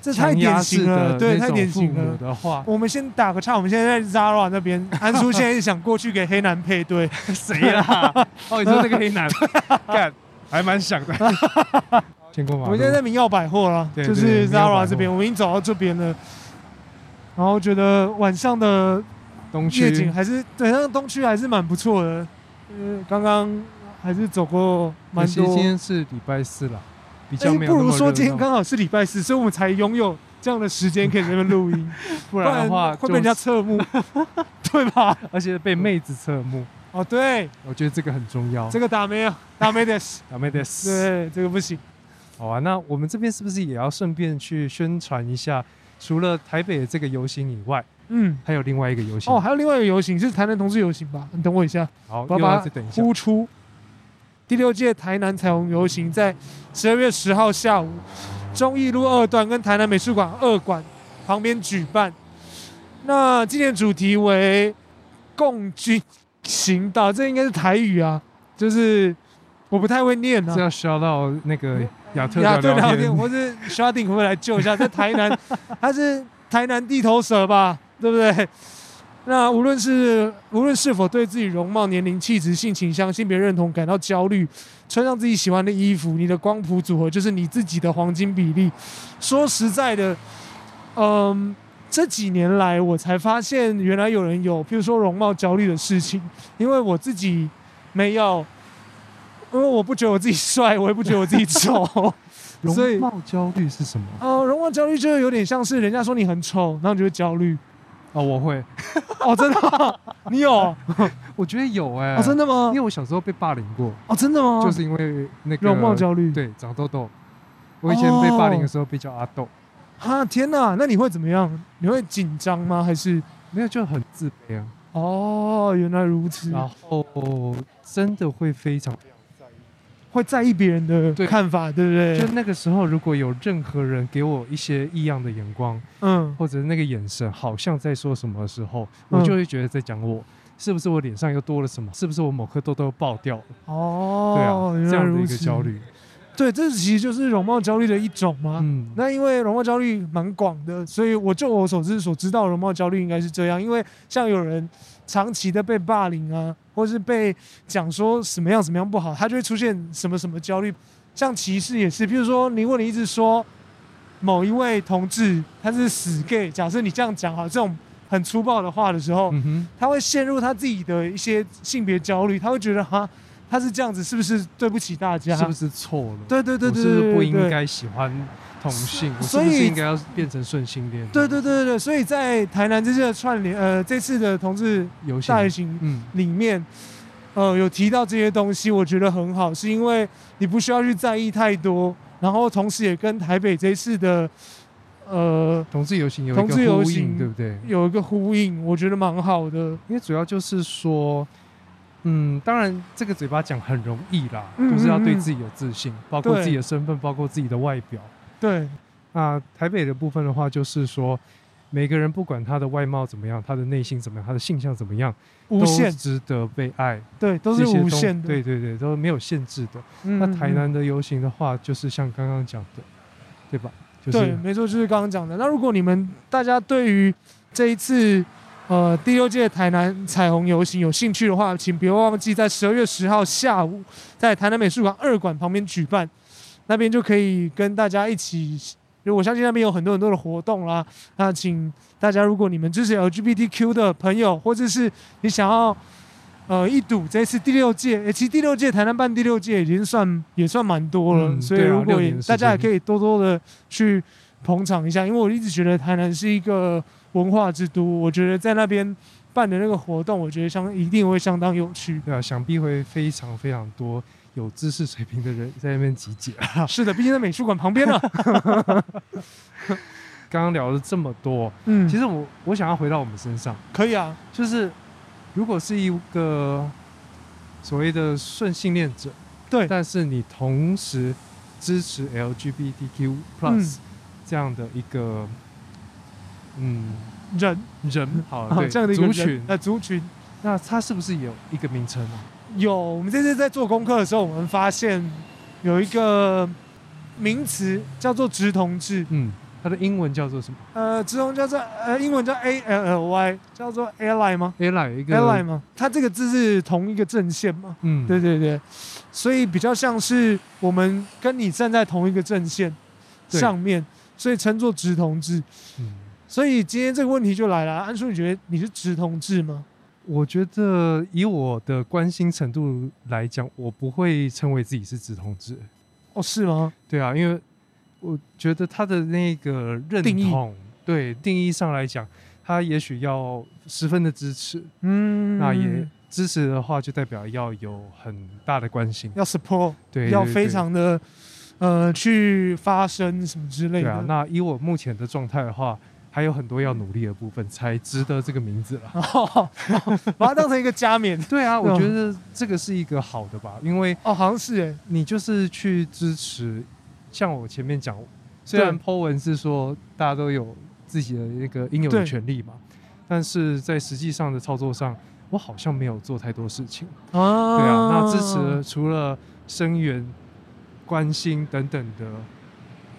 这太强压典式型了，的对，那太典种父型母了。的话，我们先打个岔，我们现在在 Zara 那边，安叔现在想过去给黑男配对，谁啦？哦，你说那个 黑男，干还蛮想的，见过吗？我们现在在明耀百货啦，对就对是明耀百 Zara 货这边，我们已经走到这边了。然后觉得晚上的东夜景区，还是对，那个东区还是蛮不错的。呃，刚刚还是走过蛮其实多。今天是礼拜四了，比较哎，没有不那么如说热今天闹刚好是礼拜四，所以我们才拥有这样的时间可以在那边录音， 不不然的话会被人家就侧 目，对吧？而且被妹子侧目，哦，对，我觉得这个很重 要。这个打没有，打没得死，打妹的死，对，这个不行。好啊。那我们这边是不是也要顺便去宣传一下？除了台北的这个游行以外，嗯，还有另外一个游行哦，。还有另外一个游行是台南同志游行吧？你等我一下，好，爸又爸要再等一下。呼出。第六届台南彩虹游行在十二月十号下午，忠义路二段跟台南美术馆二馆旁边举办。那今年主题为“共军行道”，这应该是台语啊，就是我不太会念啊这。要需要到那个嗯亚特呀，聊对聊聊天，天。或是 Sharding 可不可以来救一下？在台南，他是台南地头蛇吧，对不对？那无论是无论是否对自己容貌、年龄、气质、性倾向、性别认同感到焦虑，穿上自己喜欢的衣服，你的光谱组合就是你自己的黄金比例。说实在的，嗯，这几年来我才发现，原来有人有，譬如说容貌焦虑的事情，因为我自己没有，因为我不觉得我自己帅，我也不觉得我自己 丑。所以容貌焦虑是什么？呃，容貌焦虑就有点像是人家说你很丑，然后你就会焦虑。哦，我会，哦，真的吗？ 你 有？哦，我觉得嗯有哎，真的的，吗因为？我小时候被霸凌过，哦，真的吗？就是因为那个容貌焦虑。，对，长痘痘。我以前被霸凌的时候被叫阿豆，啊，天哪！那你会怎么样？你会紧张吗？还是？没有就很自卑啊。哦，原来如此。然后真的会非常，会在意别人的对看法，对就不对？那个时候如果有任何人给我一些异样的眼光，嗯，或者那个眼神好像在说什么的时候，我就会觉得在讲我。是不是我脸上又多了什么？是不是我某颗痘痘爆掉了？对啊哦，，原这来样的如一个此。焦虑。对，这其实就是容貌焦虑的一种嘛。嗯，啊那因为容貌焦虑蛮广的，所以我就我所知所知道，容貌焦虑应该是这样。因为像有人长期的被霸凌啊，或是被讲说什么样什么样不好，他就会出现什么什么焦虑。像歧视也是，譬如说，如果你一直说某一位同志他是死 gay，假设你这样讲哈，这种很粗暴的话的时候，嗯哼，他会陷入他自己的一些性别焦虑，他会觉得哈，他是这样子，是不是对不起大家？是不是错了？对对对对我是对不是对不应对该喜欢同性？我是所不是以应该要变成顺性恋？对对对对对，所以在台南这次的串联，呃，这次的同志游戏大，游行嗯，里面，呃，有提到这些东西，我觉得很好，是因为你不需要去在意太多，然后同时也跟台北这次的，呃，同志游行有一同志个游呼行应，对不对？有一个呼应，我觉得蛮好的。因为主要就是说，嗯，当然这个嘴巴讲很容易啦，嗯就是要对嗯嗯自己有自信，包括对自己的身份，包括自己的外表。对，那啊台北的部分的话，就是说。每个人不管他的外貌怎么样，他的内心怎么样，他的性向怎么样，无限都，值得被爱，对，都是这些无东限的。对对对，都没有限制的。嗯，那嗯台。南的游行的话，就是像刚刚讲的，对吧？就是对，没错，就是刚刚讲的。那如果你们大家对于这一次呃第六届台南彩虹游行有兴趣的话，请别忘记在十二月十号下午在台南美术馆二馆旁边举办，那边就可以跟大家一起。我相信那边有很多很多的活动啦，那请大家，如果你们支持 LGBTQ 的朋友，或者是你想要呃一睹这次第六届，诶其实第六届台南办第六届已经算也算蛮多了，嗯所以对啊如果六也年的时大家也间可以多多的去捧场一下，因为我一直觉得台南是一个文化之都，我觉得在那边办的那个活动，我觉得相一定会相当有 趣。对啊，想必会非常非常多有知识水平的人在那边集结。 是的，毕竟在美术馆旁边啊了。刚刚聊了这么多，嗯，其实我我想要回到我们身上，可以啊。就是如果是一个所谓的顺性恋者， 对但是你同时支持 LGBTQ 嗯 plus、这样的一个嗯人人，好啊对，这样的一个人族群，呃，族群那他是不是有一个名称啊？有。我们这次在做功课的时候，我们发现有一个名词叫做直同志，嗯，它的英文叫做什么呃，直同叫做呃，英文叫 A L L Y，叫做 ally 吗？ally 有一个？ally 吗？它这个字是同一个阵线吗？嗯，对对对，所以比较像是我们跟你站在同一个阵线对上面，所以称作直同志。嗯，所以今天这个问题就来了，安叔，你觉得你是直同志吗？我觉得以我的关心程度来讲，我不会称为自己是直同志。哦，是吗？对啊，因为我觉得他的那个认定义同，对定义上来讲，他也许要十分的支持，嗯，那也支持的话，就代表要有很大的关心，要 support，对，要对非。常的呃去发声什么之类对对的。啊，那以我目前的状态的话，还有很多要努力的部分，才值得这个名字了。 哦，把它当成一个加冕对啊，我嗯觉得这个是一个好的吧，因为哦，好像是哎，你就是去支持，像我前面讲，虽然 Po 文是说大家都有自己的那个应有对的权利嘛，但是在实际上的操作上，我好像没有做太多事情。啊 对啊，那支持哦除了声援、关心等等的，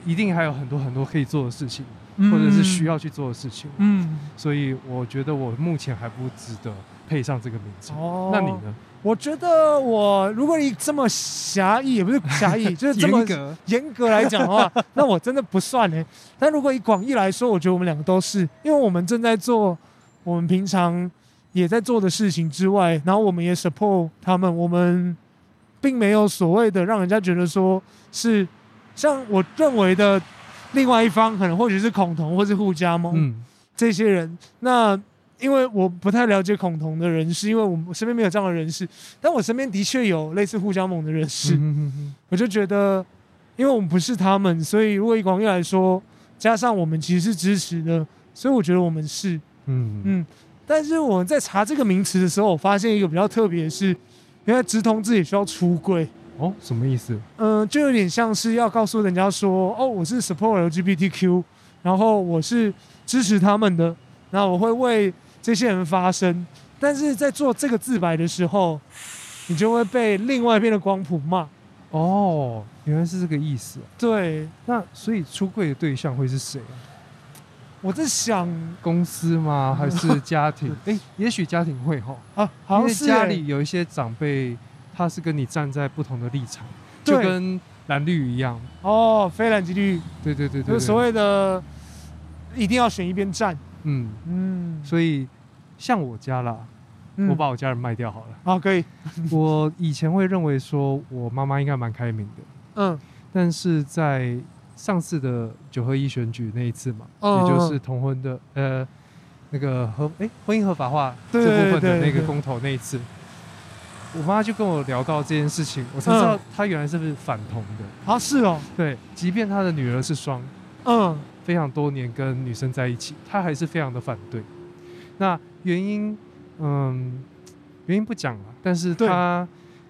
一定还有很多很多可以做的事情，或者是需，要去做的事情。嗯，所以我觉得我目前还不值得配上这个名字。哦那你？呢？我觉得我如果你这么狭义，也不是狭义，就是这么严格，严格来讲的话，那我真的不算哎。但如果以广义来说，我觉得我们两个都是，因为我们正在做我们平常也在做的事情之外，然后我们也 support 他们，我们并没有所谓的让人家觉得说是像我认为的另外一方，可能或许是恐同或是互加盟、嗯，这些人。那因为我不太了解恐同的人士，因为我我身边没有这样的人士，但我身边的确有类似互加盟的人士。嗯哼哼哼我就觉得，因为我们不是他们，所以如果以广义来说，加上我们其实是支持的，所以我觉得我们是嗯嗯嗯。但是我在查这个名词的时候，我发现一个比较特别的是，原来直通自己需要出柜，哦，什么意思？嗯、就有点像是要告诉人家说，哦，我是 support LGBTQ，然后我是支持他们的，那我会为这些人发声。但是在做这个自白的时候，你就会被另外一边的光谱骂。哦，原来是这个意思。啊对那所以出柜的对象会是谁啊？我在想，公司吗？还是家庭？ 哎、也许家庭会哈，啊，好因像为是家欸里有一些长辈，他是跟你站在不同的立场，就对跟蓝绿一样。哦，非蓝几率对对对对就是对所谓的一定要选一边站，嗯，嗯，所以像我家啦，嗯我把我家人卖掉好 了。好可以，我以前会认为说我妈妈应该蛮开明的，嗯但是在上次的九合一选举那一次嘛，嗯也就是同婚的呃那个合哎、婚姻合法化这对部分对的那对个公投那一嗯次，我妈就跟我聊到这件事情，我才知嗯道她原来是不是反同的。啊是哦，对，即便她的女儿是双，嗯非常多年跟女生在一起，她还是非常的反对。那原因嗯原因不讲了，但是对她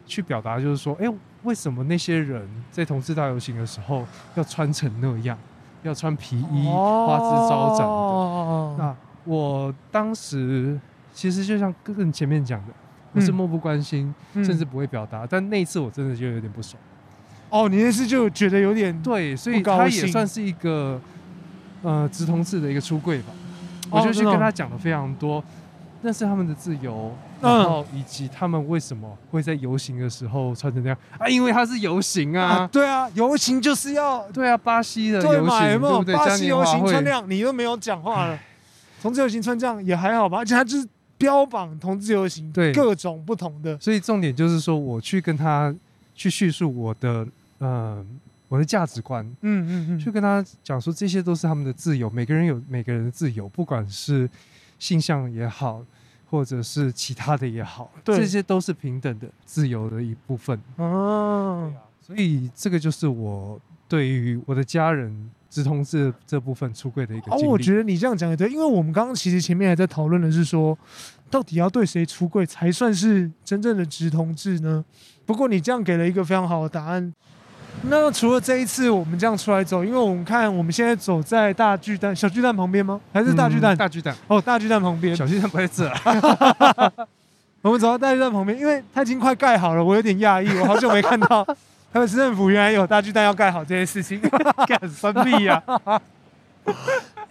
去表达就是说，哎、为什么那些人在同志大游行的时候要穿成那样，要穿皮衣，花枝招展啊的？哦那我当时其实就像更前面讲的，我是嗯漠不关心，嗯甚至不会表达。但那一次我真的就有点不爽。哦，你那次就觉得有点对，所以不高他兴也算是一个呃直同志的一个出柜吧。哦我就去真的哦跟他讲了非常多，那是他们的自由，然嗯后以及他们为什么会在游行的时候穿成那样啊？因为他是游行啊，啊。对啊，游行就是要对啊，巴西的对游嘛，有行，没对有不对？巴嘉西年游华行会穿那样，你都没有讲话了，同志游行穿这样也还好吧，而且他就是标榜同志游行，对各种不同的，所以重点就是说，我去跟他去叙述我的呃我的价值观，嗯嗯去嗯，跟他讲说这些都是他们的自由，每个人有每个人的自由，不管是性向也好，或者是其他的也好，对这些都是平等的自由的一部分。哦，所以这个就是我对于我的家人直通这这部分出柜的一个哦，经历。我觉得你这样讲也对，因为我们刚刚其实前面还在讨论的是说，到底要对谁出柜才算是真正的直同志呢？不过你这样给了一个非常好的答案。那除了这一次我们这样出来走，因为我们看我们现在走在大巨蛋、小巨蛋旁边吗？还是大巨蛋？嗯大巨蛋，哦，大巨蛋旁边。小巨蛋不会这啊。我们走到大巨蛋旁边，因为它已经快盖好了，我有点讶异，我好久没看到台北市政府原来有大巨蛋要盖好这件事情。 干三屁呀、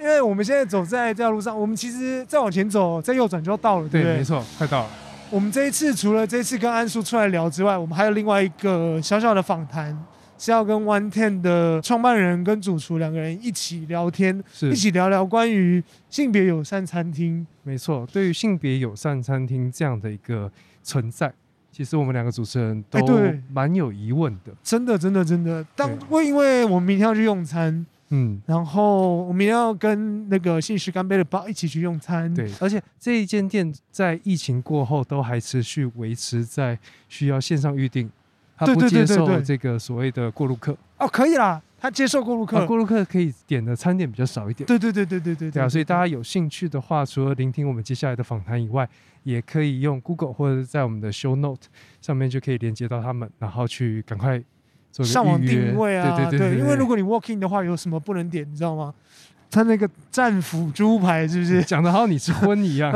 因为我们现在走在这条路上，我们其实再往前走，再右转就要到了，对对，不对？没错，快到了。我们这一次除了这次跟安叔出来聊之外，我们还有另外一个小小的访谈，是要跟 One Ten 的创办人跟主厨两个人一起聊天，是一起聊聊关于性别友善餐厅。没错，对于性别友善餐厅这样的一个存在，其实我们两个主持人都哎对蛮有疑问的。真的，真的，真的，当对为因为我们明天要去用餐，嗯，然后我们要跟那个信实干杯的包一起去用餐。对，而且这一间店在疫情过后都还持续维持在需要线上预定，它对不对对接对对受这个所谓的过路客。哦，可以啦，他接受过路客。啊，过路客可以点的餐点比较少一点。对对对对对对对啊，所以大家有兴趣的话，除了聆听我们接下来的访谈以外，也可以用 Google 或者是在我们的 Show Note 上面就可以连接到他们，然后去赶快做个上网预约定位啊，对对对，因为如果你 walking 的话，有什么不能点，你知道吗？他那个战斧猪排是不对？是 讲的好像你吃荤一 样，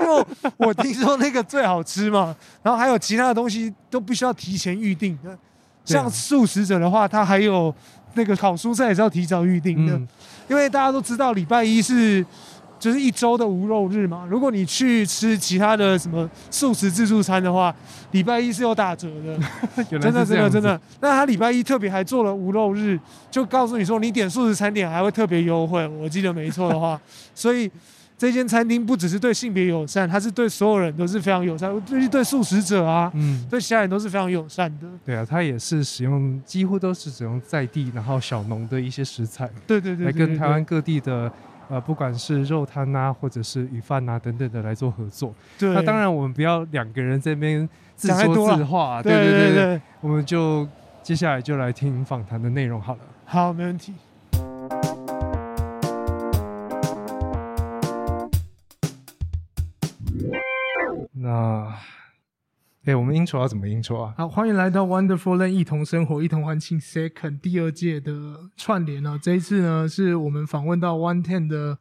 因为我我听说那个最好吃嘛，然后还有其他的东西都必须要提前预定的。啊像素食者的话，他还有那个烤蔬菜也是要提早预定的， 嗯，因为大家都知道礼拜一是就是一周的无肉日嘛。如果你去吃其他的什么素食自助餐的话，礼拜一是有打折的。原来真的真是这样的子真的，那他礼拜一特别还做了无肉日，就告诉你说你点素食餐点还会特别优惠，我记得没错的 话，所以这间餐厅不只是对性别友善，它是对所有人都是非常友善，对对素食者啊，嗯，对其他人都是非常友善的。对啊，它也是使用几乎都是使用在地，然后小农的一些食材，对对对来对对跟台湾各地的呃，不管是肉摊啊，或者是鱼贩啊等等的来做合作。对，那当然，啊我们不要两个人这边自讲太多说了自话，对对对对对，我们就接下来就来听访谈的内容好了。好，没问题。那，哎，我们 intro 要怎么 intro 啊？好，欢迎来到 Wonderful Land 一同生活一同欢庆 Second 第二届的串联啊。这一次呢，是我们访问到 One Ten 的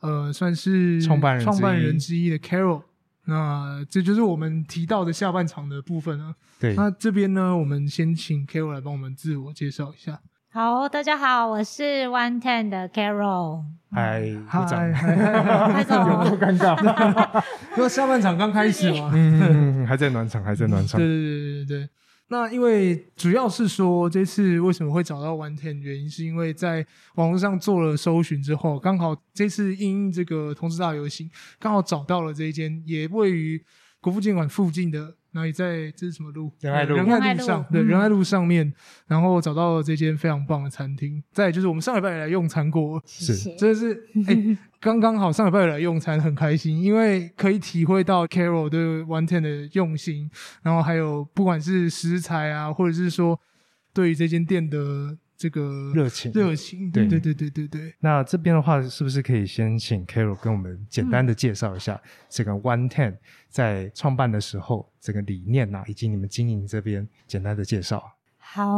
呃，算是创办人之创一办人之一的 Carol。那这就是我们提到的下半场的部分啊。对那这边呢，我们先请 Carol 来帮我们自我介绍一下。好，大家好，我是 One Ten 的 Carol。嗨，部嗨，长，嗨嗨拍手多尴尬。因为下半场刚开始嘛， 嗯，还在暖场，还在暖场对。对对对对。那因为主要是说这次为什么会找到 One Ten，原因是因为在网络上做了搜寻之后，刚好这次因应这个同志大游行，刚好找到了这一间，也位于国父纪念馆附近的，然后也在这是什么路？仁爱路仁爱路上，对，嗯仁爱路上面，然后找到了这间非常棒的餐厅。再来就是我们上礼拜也来用餐过，谢是谢。真 的是哎，刚刚好上礼拜有来用餐，很开心，因为可以体会到 Carol 对 One Ten 的用心，然后还有不管是食材啊，或者是说对于这间店的这个热情热情，对对对对对对。那这边的话，是不是可以先请 Carol 跟我们简单的介绍一下嗯这个 One Ten 在创办的时候这个理念啊呐、以及你们经营这边简单的介绍？好，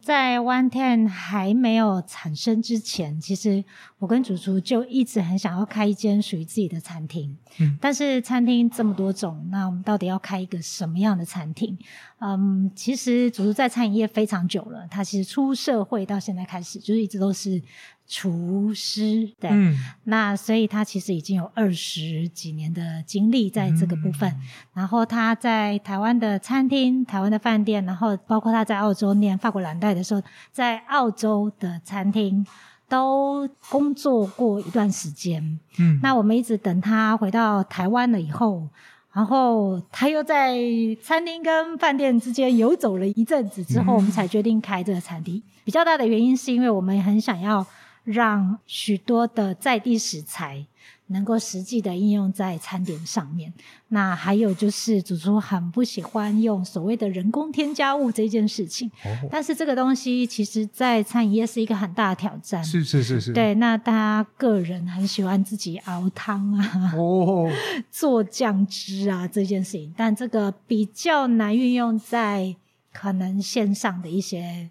在 One Ten 还没有产生之前，其实我跟主厨就一直很想要开一间属于自己的餐厅。嗯但是餐厅这么多种，那我们到底要开一个什么样的餐厅？嗯，其实主厨在餐饮业非常久了，他其实出社会到现在开始，就是一直都是厨师。对，嗯，那所以他其实已经有二十几年的经历在这个部分。然后他在台湾的餐厅、台湾的饭店，然后包括他在澳洲念法国蓝带的时候，在澳洲的餐厅。都工作过一段时间。嗯，那我们一直等他回到台湾了以后，然后他又在餐厅跟饭店之间游走了一阵子之后，嗯我们才决定开这个餐厅。比较大的原因是因为我们很想要让许多的在地食材能够实际的应用在餐点上面。那还有就是主厨很不喜欢用所谓的人工添加物这件事情，哦，但是这个东西其实在餐饮业是一个很大的挑战。是是是是，，对，那他个人很喜欢自己熬汤啊、 哦，做酱汁啊这件事情，但这个比较难运用在可能线上的一些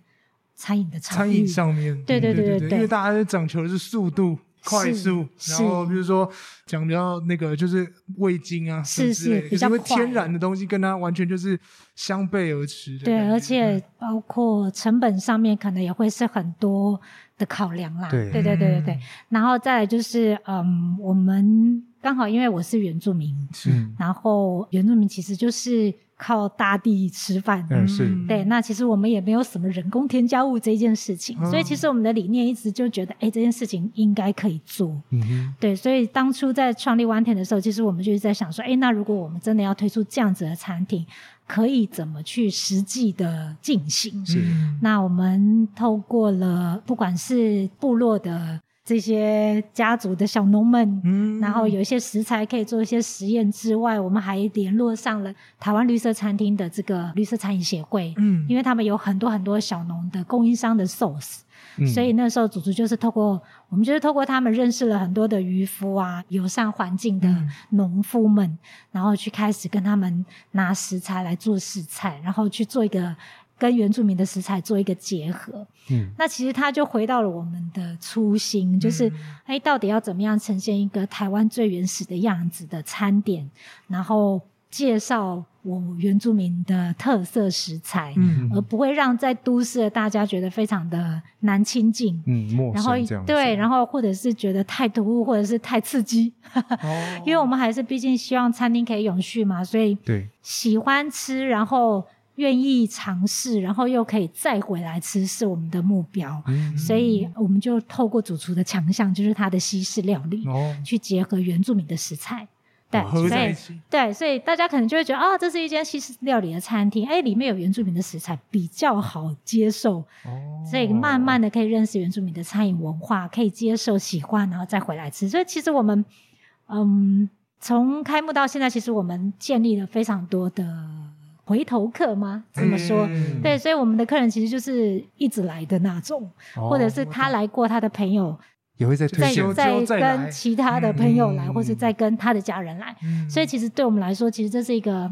餐饮的场餐域饮。上面，对对对对对对，对因为大家都讲求的是速度。快速，是然后比如说讲比较那个就是味精啊，什么是之类的就是比是较因为快天然的东西跟它完全就是相背而驰的感觉。对，而且包括成本上面可能也会是很多的考量啦。对对对对对对。然后再来就是，嗯，我们刚好因为我是原住民，嗯，然后原住民其实就是靠大地吃饭。嗯是对，那其实我们也没有什么人工添加物这件事情，嗯所以其实我们的理念一直就觉得，哎，这件事情应该可以做。嗯哼，对，所以当初在创立 One Ten 的时候，其实我们就是在想说，哎，那如果我们真的要推出这样子的产品，可以怎么去实际的进行？是嗯那我们透过了不管是部落的这些家族的小农们，嗯然后有一些食材可以做一些实验之外，我们还联络上了台湾绿色餐厅的这个绿色餐饮协会，嗯因为他们有很多很多小农的供应商的 source，、嗯所以那时候主厨就是透过我们就是透过他们认识了很多的渔夫啊，友善环境的嗯农夫们，然后去开始跟他们拿食材来做试菜，然后去做一个。跟原住民的食材做一个结合，嗯那其实它就回到了我们的初心，就是嗯哎，到底要怎么样呈现一个台湾最原始的样子的餐点，然后介绍我原住民的特色食材，嗯而不会让在都市的大家觉得非常的难亲近。嗯陌然后生这样子，对，然后或者是觉得太突兀，或者是太刺激，哦 因为我们还是毕竟希望餐厅可以永续嘛，所以对喜欢吃，然后愿意尝试，然后又可以再回来吃，是我们的目标。嗯所以我们就透过主厨的强项，就是他的西式料理，哦去结合原住民的食材。对，合所嗯在一以起，对，所以大家可能就会觉得啊、这是一间西式料理的餐厅，哎，里面有原住民的食材比较好接受，哦，所以慢慢的可以认识原住民的餐饮文化，可以接受喜欢，然后再回来吃。所以其实我们，嗯，从开幕到现在，其实我们建立了非常多的回头客吗？这么说，嗯对，所以我们的客人其实就是一直来的那种，哦或者是他来过他的朋友，也会再再推荐就再再来跟其他的朋友来，嗯或是再跟他的家人来。嗯所以其实对我们来说，其实这是一个，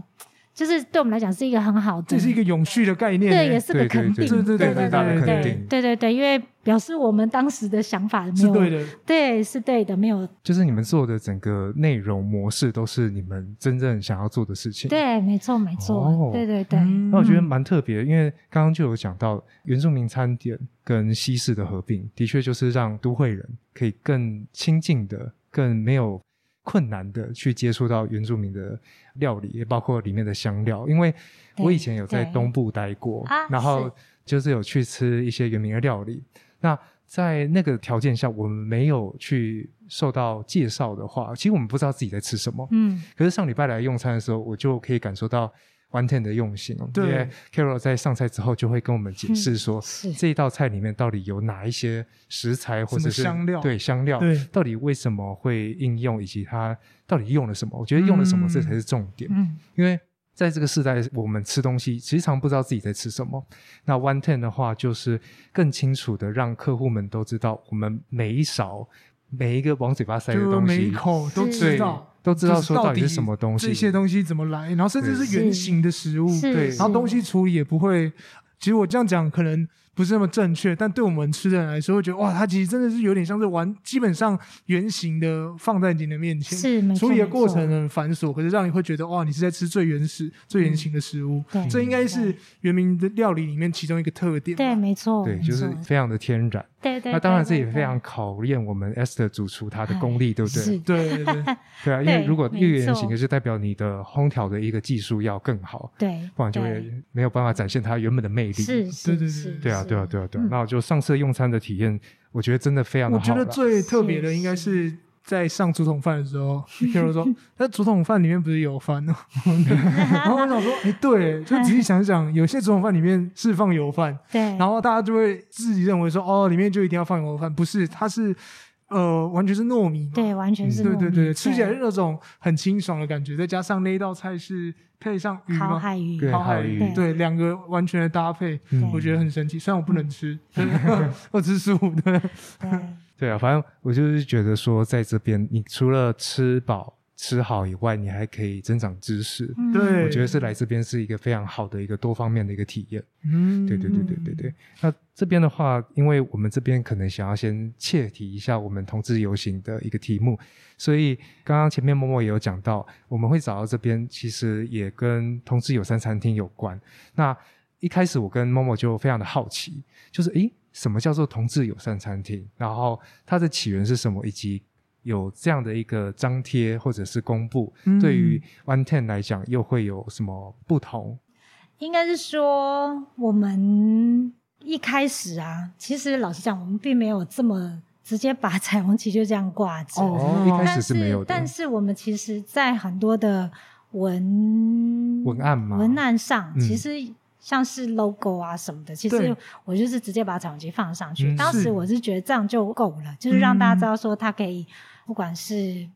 就是对我们来讲是一个很好的，这是一个永续的概念欸，对，也是个对对肯对定，对对对对对大的对肯对定对对对，因为表示我们当时的想法没是有对的，对是对的，没有就是你们做的整个内容模式都是你们真正想要做的事情。。对，没错没哦错，对对对，嗯那我觉得蛮特别，因为刚刚就有讲到原住民餐点跟西式的合并，的确就是让都会人可以更亲近的、更没有困难的去接触到原住民的料理，也包括里面的香料。因为我以前有在对东部待过啊，然后是就是有去吃一些原民的料理。那在那个条件下，我们没有去受到介绍的话，其实我们不知道自己在吃什么。嗯可是上礼拜来用餐的时候，我就可以感受到 One Ten 的用心哦。对嗯因为，Carol 在上菜之后就会跟我们解释说，是这一道菜里面到底有哪一些食材或者是什么香料对香料，对到底为什么会应用，以及它到底用了什么？我觉得用了什么，嗯这才是重点。嗯因为在这个时代，我们吃东西时常不知道自己在吃什么。那 One Ten 的话，就是更清楚的让客户们都知道，我们每一勺、每一个往嘴巴塞的就东西，每一口都是知道，都知道说就是到到底是什么东西这些东西怎么来，然后甚至是对原型的食嗯物，是对，是然后东西处理也不会。其实我这样讲可能不是那么正确，但对我们吃的人来说，会觉得哇，它其实真的是有点像是玩，基本上圆形的放在你的面前，是没错，处理的没过错程很繁琐，可是让你会觉得哇，你是在吃最原始、最原型的食物。嗯对这应该是原名的料理里面其中一个特点吧。对没错，对，没就是错非常的天然。对对，那当然，这对也对哎非常考验我们 S 的主厨他的功力，对不对是？对对对， 对啊，因为对如果没越圆错形，就代表你的烘调的一个技术要更好，对，不然就对会没有办法展现它原本的魅力。是对是对是，对啊，是对啊，对啊，对啊。嗯那我就上次用餐的体验，我觉得真的非常的我好觉啦。得最特别的应该是在上竹筒饭的时 候，譬如说，那竹筒饭里面不是有饭呢？然后我想说，哎、对，就仔细想想，有些竹筒饭里面是放油饭，对，然后大家就会自己认为说，哦，里面就一定要放油饭，不是，它是呃，完全是糯米嘛。对，完全是对糯嗯对米对，吃起来是那种很清爽的感觉，再加上那一道菜是配上鱼烤嘛，海鱼，对嗯烤海烤鱼，鱼对，两个完全的搭配，对我觉得很神奇。虽然我不能 吃， 我吃素的。对对啊，反正我就是觉得说，在这边你除了吃饱吃好以外，你还可以增长知识。嗯对我觉得是来这边是一个非常好的一个多方面的一个体验。嗯，对对对对对对。那这边的话，因为我们这边可能想要先切题一下我们同志游行的一个题目，所以刚刚前面默默也有讲到，我们会找到这边其实也跟同志友善餐厅有关。那一开始我跟默默就非常的好奇，就是诶，什么叫做同志友善餐厅？然后它的起源是什么？以及有这样的一个张贴或者是公布，嗯对于 One Ten 来讲又会有什么不同？应该是说我们一开始啊，其实老实讲，我们并没有这么直接把彩虹旗就这样挂着。哦一开始但是没有的，但是我们其实，在很多的文文案吗文案上，嗯其实像是 logo 啊什么的，其实对我就是直接把彩虹旗放上去。嗯当是时我是觉得这样就够了，就是让大家嗯知道说，它可以，不管是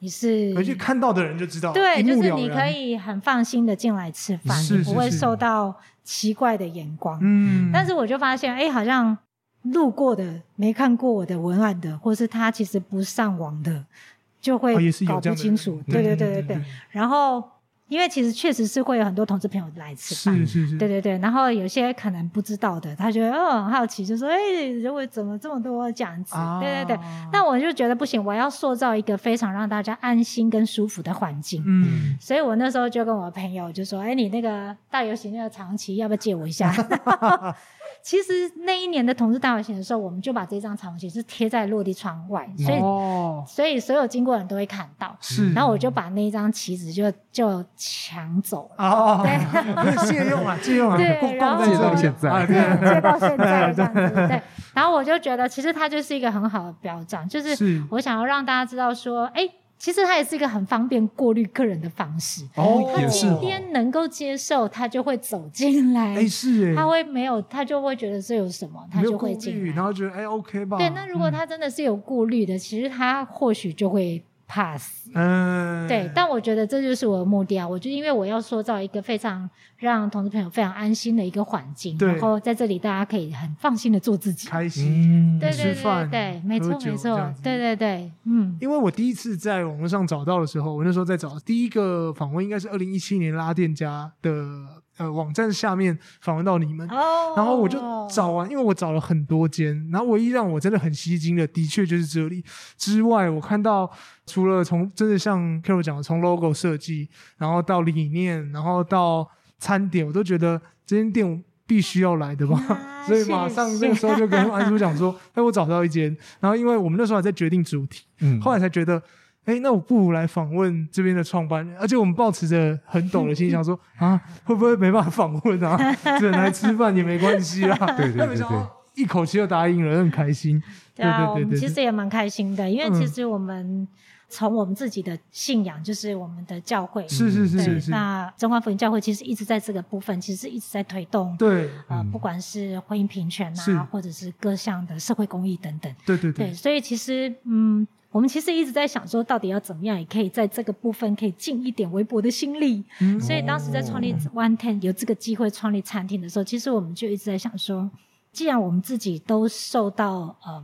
你是回去看到的人就知道，对，一目就是了你然可，以很放心的进来吃饭，是你不是会是受到奇怪的眼光。嗯，但是我就发现，哎，好像路过的、没看过我的文案的，或是他其实不上网的，就会哦也是有搞这不样的清人楚。嗯对对嗯对对嗯对嗯。然后，因为其实确实是会有很多同志朋友来吃饭，是是是，对对对，然后有些可能不知道的，他觉得哦很好奇，就说哎，如果怎么这么多这样子？啊，对对对。那我就觉得不行，我要塑造一个非常让大家安心跟舒服的环境。嗯，所以我那时候就跟我朋友就说：“哎，你那个大游行那个长旗要不要借我 一下？” 其实那一年的同志大游行的时候，我们就把这张长旗是贴在落地窗外，所以、哦，所以所有经过的人都会看到。是，然后我就把那一张旗子就就抢 走啊了，哦， 借用啊，借用啊，对逛然逛后在这到里现在啊对，借到现在对这样子。对，然后我就觉得其实它就是一个很好的表彰，就是是我想要让大家知道说，哎，其实它也是一个很方便过滤客人的方式。哦他也是今哦天能够接受，他就会走进来，哎是他哎，会没有，他就会觉得这有什么，他没有就顾会虑，进然来。后觉得哎 OK 吧，对，那如果他真的是有顾虑的，其实他或许就会 pass。嗯，对，但我觉得这就是我的目的啊！我就因为我要塑造一个非常让同志朋友非常安心的一个环境，对然后在这里大家可以很放心的做自己。开心。嗯，对吃对对饭对，没喝错酒没这样错子，对对对，嗯，因为我第一次在网络上找到的时候，我那时候在找第一个访问应该是二零一七年拉店家的呃网站下面访问到你们，哦然后我就找啊完，因为我找了很多间，然后唯一让我真的很吸睛的，的确就是这里。之外，我看到除了从真的像 Carol 讲的，从 logo 设计，然后到理念，然后到餐点，我都觉得这间店我必须要来的吧。啊所以是马上是那个时候就跟安叔讲说：“哎，我找到一间。”然后因为我们那时候还在决定主题，嗯后来才觉得，哎，那我不如来访问这边的创办人，而且我们抱持着很陡的心，想 说啊，会不会没办法访问啊？ 只能来吃饭也没关系啦。 对对那对没想对到一口气就答应了，很开心。对啊，对对对我对们其实也蛮开心的，因为嗯其实我们从我们自己的信仰，就是我们的教嗯会，是是是对是是，那真光福音教会其实一直在这个部分，其实一直在推动。对呃嗯，不管是婚姻平权是啊，或者是各项的社会公益等等，对对对，对，所以其实，嗯，我们其实一直在想说，到底要怎么样，也可以在这个部分可以尽一点微薄的心力，嗯所以当时在创立 One Ten 有这个机会创立餐厅的时候，其实我们就一直在想说，既然我们自己都受到呃，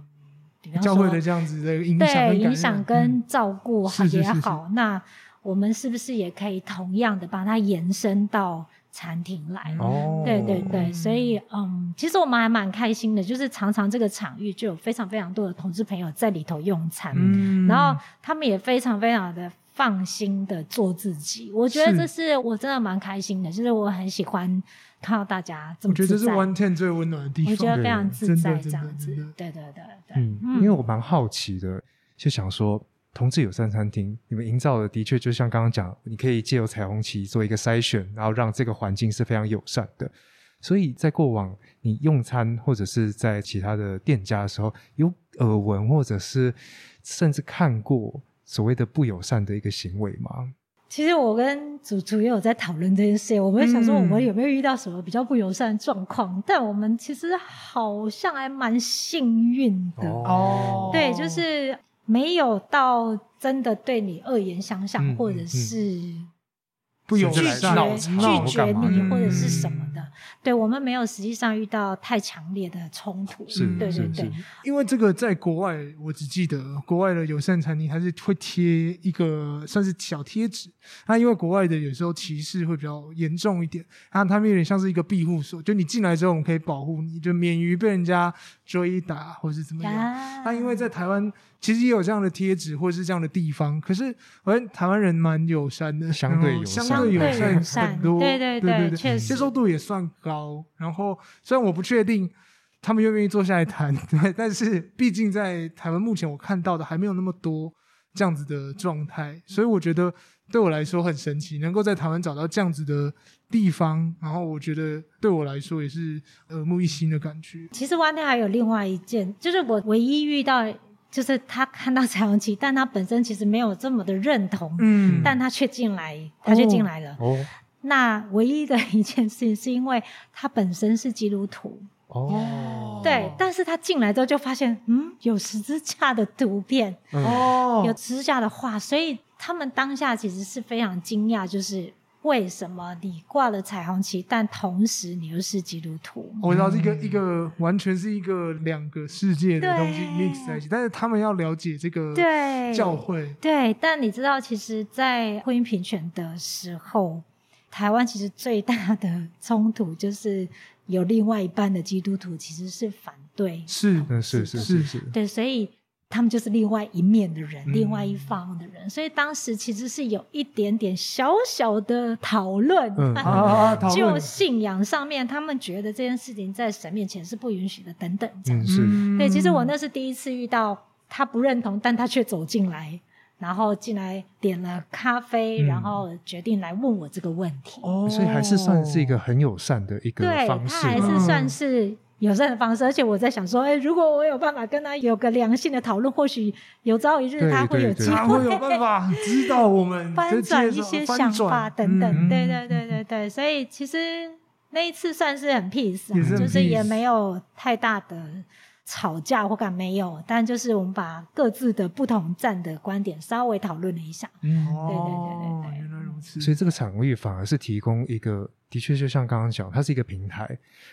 比方教说会的这样子的影响对跟感影染响嗯跟照顾是是也是是好，那我们是不是也可以同样的把它延伸到餐厅来？哦对对对，所以嗯，其实我们还蛮开心的，就是常常这个场域就有非常非常多的同志朋友在里头用餐，嗯，然后他们也非常非常的放心的做自己，我觉得是这是我真的蛮开心的，就是我很喜欢看到大家这我么觉得这自是在， One Ten 最温暖的地我觉方。得非常自真的在真这的样子真的，对对对对，嗯，因为我蛮好奇的，就想说同志友善餐厅，你们营造的的确就像刚刚讲，你可以借由彩虹旗做一个筛选，然后让这个环境是非常友善的。所以在过往你用餐或者是在其他的店家的时候，有耳闻或者是甚至看过所谓的不友善的一个行为吗？其实我跟主厨也有在讨论这件事，我们想说我们有没有遇到什么比较不友善的状况，但我们其实好像还蛮幸运的，哦，对，就是没有到真的对你恶言相向，嗯或者是不友拒甚至来绝、善闹拒绝闹干你嘛或者嗯是什么的。对我们没有实际上遇到太强烈的冲突，是嗯对对是是对，因为这个在国外，我只记得国外的友善餐厅还是会贴一个算是小贴纸。那因为国外的有时候歧视会比较严重一点，然后他们有点像是一个庇护所，就你进来之后，我们可以保护你，就免于被人家追打或是怎么样。呀那因为在台湾其实也有这样的贴纸或是这样的地方，可是我觉得台湾人蛮友善的，相对然后友善相对相对友友善善很多，对对对对对确实接受度也算高。然后虽然我不确定他们愿不愿意坐下来谈， 对，但是毕竟在台湾目前我看到的还没有那么多这样子的状态，所以我觉得对我来说很神奇，能够在台湾找到这样子的地方，然后我觉得对我来说也是耳目一新的感觉。其实湾内还有另外一件，就是我唯一遇到，就是他看到彩虹旗，但他本身其实没有这么的认同，嗯但他却进来，他却进来了。哦那唯一的一件事情，是因为他本身是基督徒，哦，对，但是他进来之后就发现，嗯，有十字架的图片，嗯哦有十字架的画，所以他们当下其实是非常惊讶，就是为什么你挂了彩虹旗，但同时你又是基督徒？哦我知道这嗯个一个完全是一个两个世界的东西对 mix 在一起，但是他们要了解这个对，教会，对，但你知道，其实，在婚姻平权的时候，台湾其实最大的冲突就是有另外一半的基督徒其实是反对，是嗯是是是是，对，所以他们就是另外一面的人，嗯另外一方的人，所以当时其实是有一点点小小的讨论。 嗯啊啊哦啊，讨就论信仰上面，他们觉得这件事情在神面前是不允许的，等等这样嗯是对，其实我那是第一次遇到他不认同，但他却走进来，然后进来点了咖啡，嗯然后决定来问我这个问题。哦，所以还是算是一个很友善的一个对方他式还吧，是算是友善的方式，而且我在想说，哎，如果我有办法跟他有个良性的讨论，或许有朝一日对他会有对机对他会啊会有办 法指导我们翻转一些想法等等。嗯对对对对对，所以其实那一次算是很 peace，、也是很啊、就是也 peace 没有太大的吵架或干没有，但就是我们把各自的不同站的观点稍微讨论了一下。嗯哦，对对对对对原来如此，所以这个场域反而是提供一个，的确就像刚刚讲，它是一个平台，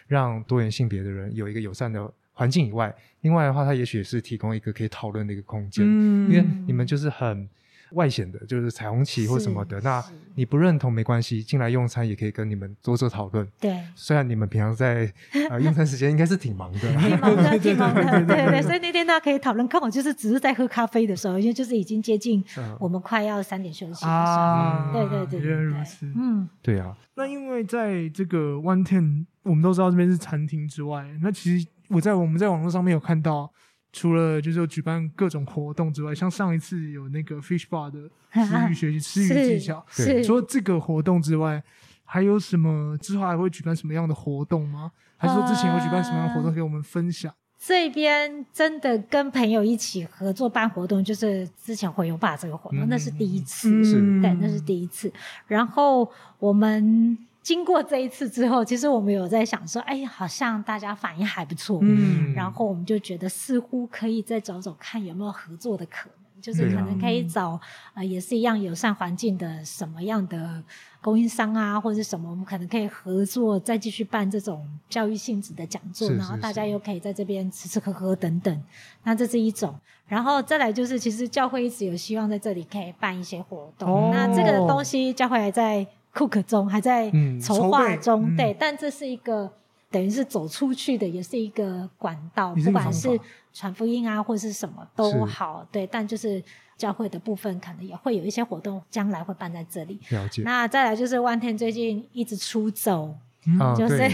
让多元性别的人有一个友善的环境以外，另外的话，它也许也是提供一个可以讨论的一个空间，嗯因为你们就是很外显的，就是彩虹旗或什么的，是那是你不认同没关系，进来用餐也可以跟你们多做讨论。对。虽然你们平常在 呃用餐时间应该是挺忙的啦，挺忙的，挺忙的，对对对，所以那天大家可以讨论，刚好就是只是在喝咖啡的时候，因为就是已经接近 嗯我们快要三点休息的时候，啊，对对对对原来如对此，嗯，对啊，那因为在这个 One Ten，我们都知道这边是餐厅之外，那其实我在我们在网络上面有看到，除了就是有举办各种活动之外，像上一次有那个 Fish Bar 的吃鱼学习、吃鱼技巧，对是除了这个活动之外，还有什么之后还会举办什么样的活动吗？还是说之前有举办什么样的活啊动给我们分享？这边真的跟朋友一起合作办活动，就是之前回游吧这个活动，嗯那是第一次，嗯是对，那是第一次。然后我们经过这一次之后，其实我们有在想说，哎，好像大家反应还不错，嗯然后我们就觉得似乎可以再找找看有没有合作的可能。就是对啊可能可以找呃，也是一样友善环境的什么样的供应商啊，或者是什么，我们可能可以合作，再继续办这种教育性质的讲座，是然后是大是家又可以在这边吃吃喝喝等等。那这是一种，然后再来就是，其实教会一直有希望在这里可以办一些活动。哦那这个东西教会还在 cook 中，还在嗯筹划筹备中，嗯对，但这是一个。等于是走出去的，也是一个管道，也是一不个管方是法传福音啊，或是什么是都好，对。但就是教会的部分，可能也会有一些活动，将来会办在这里。了解那再来就是万天最近一直出走，嗯啊，就是对，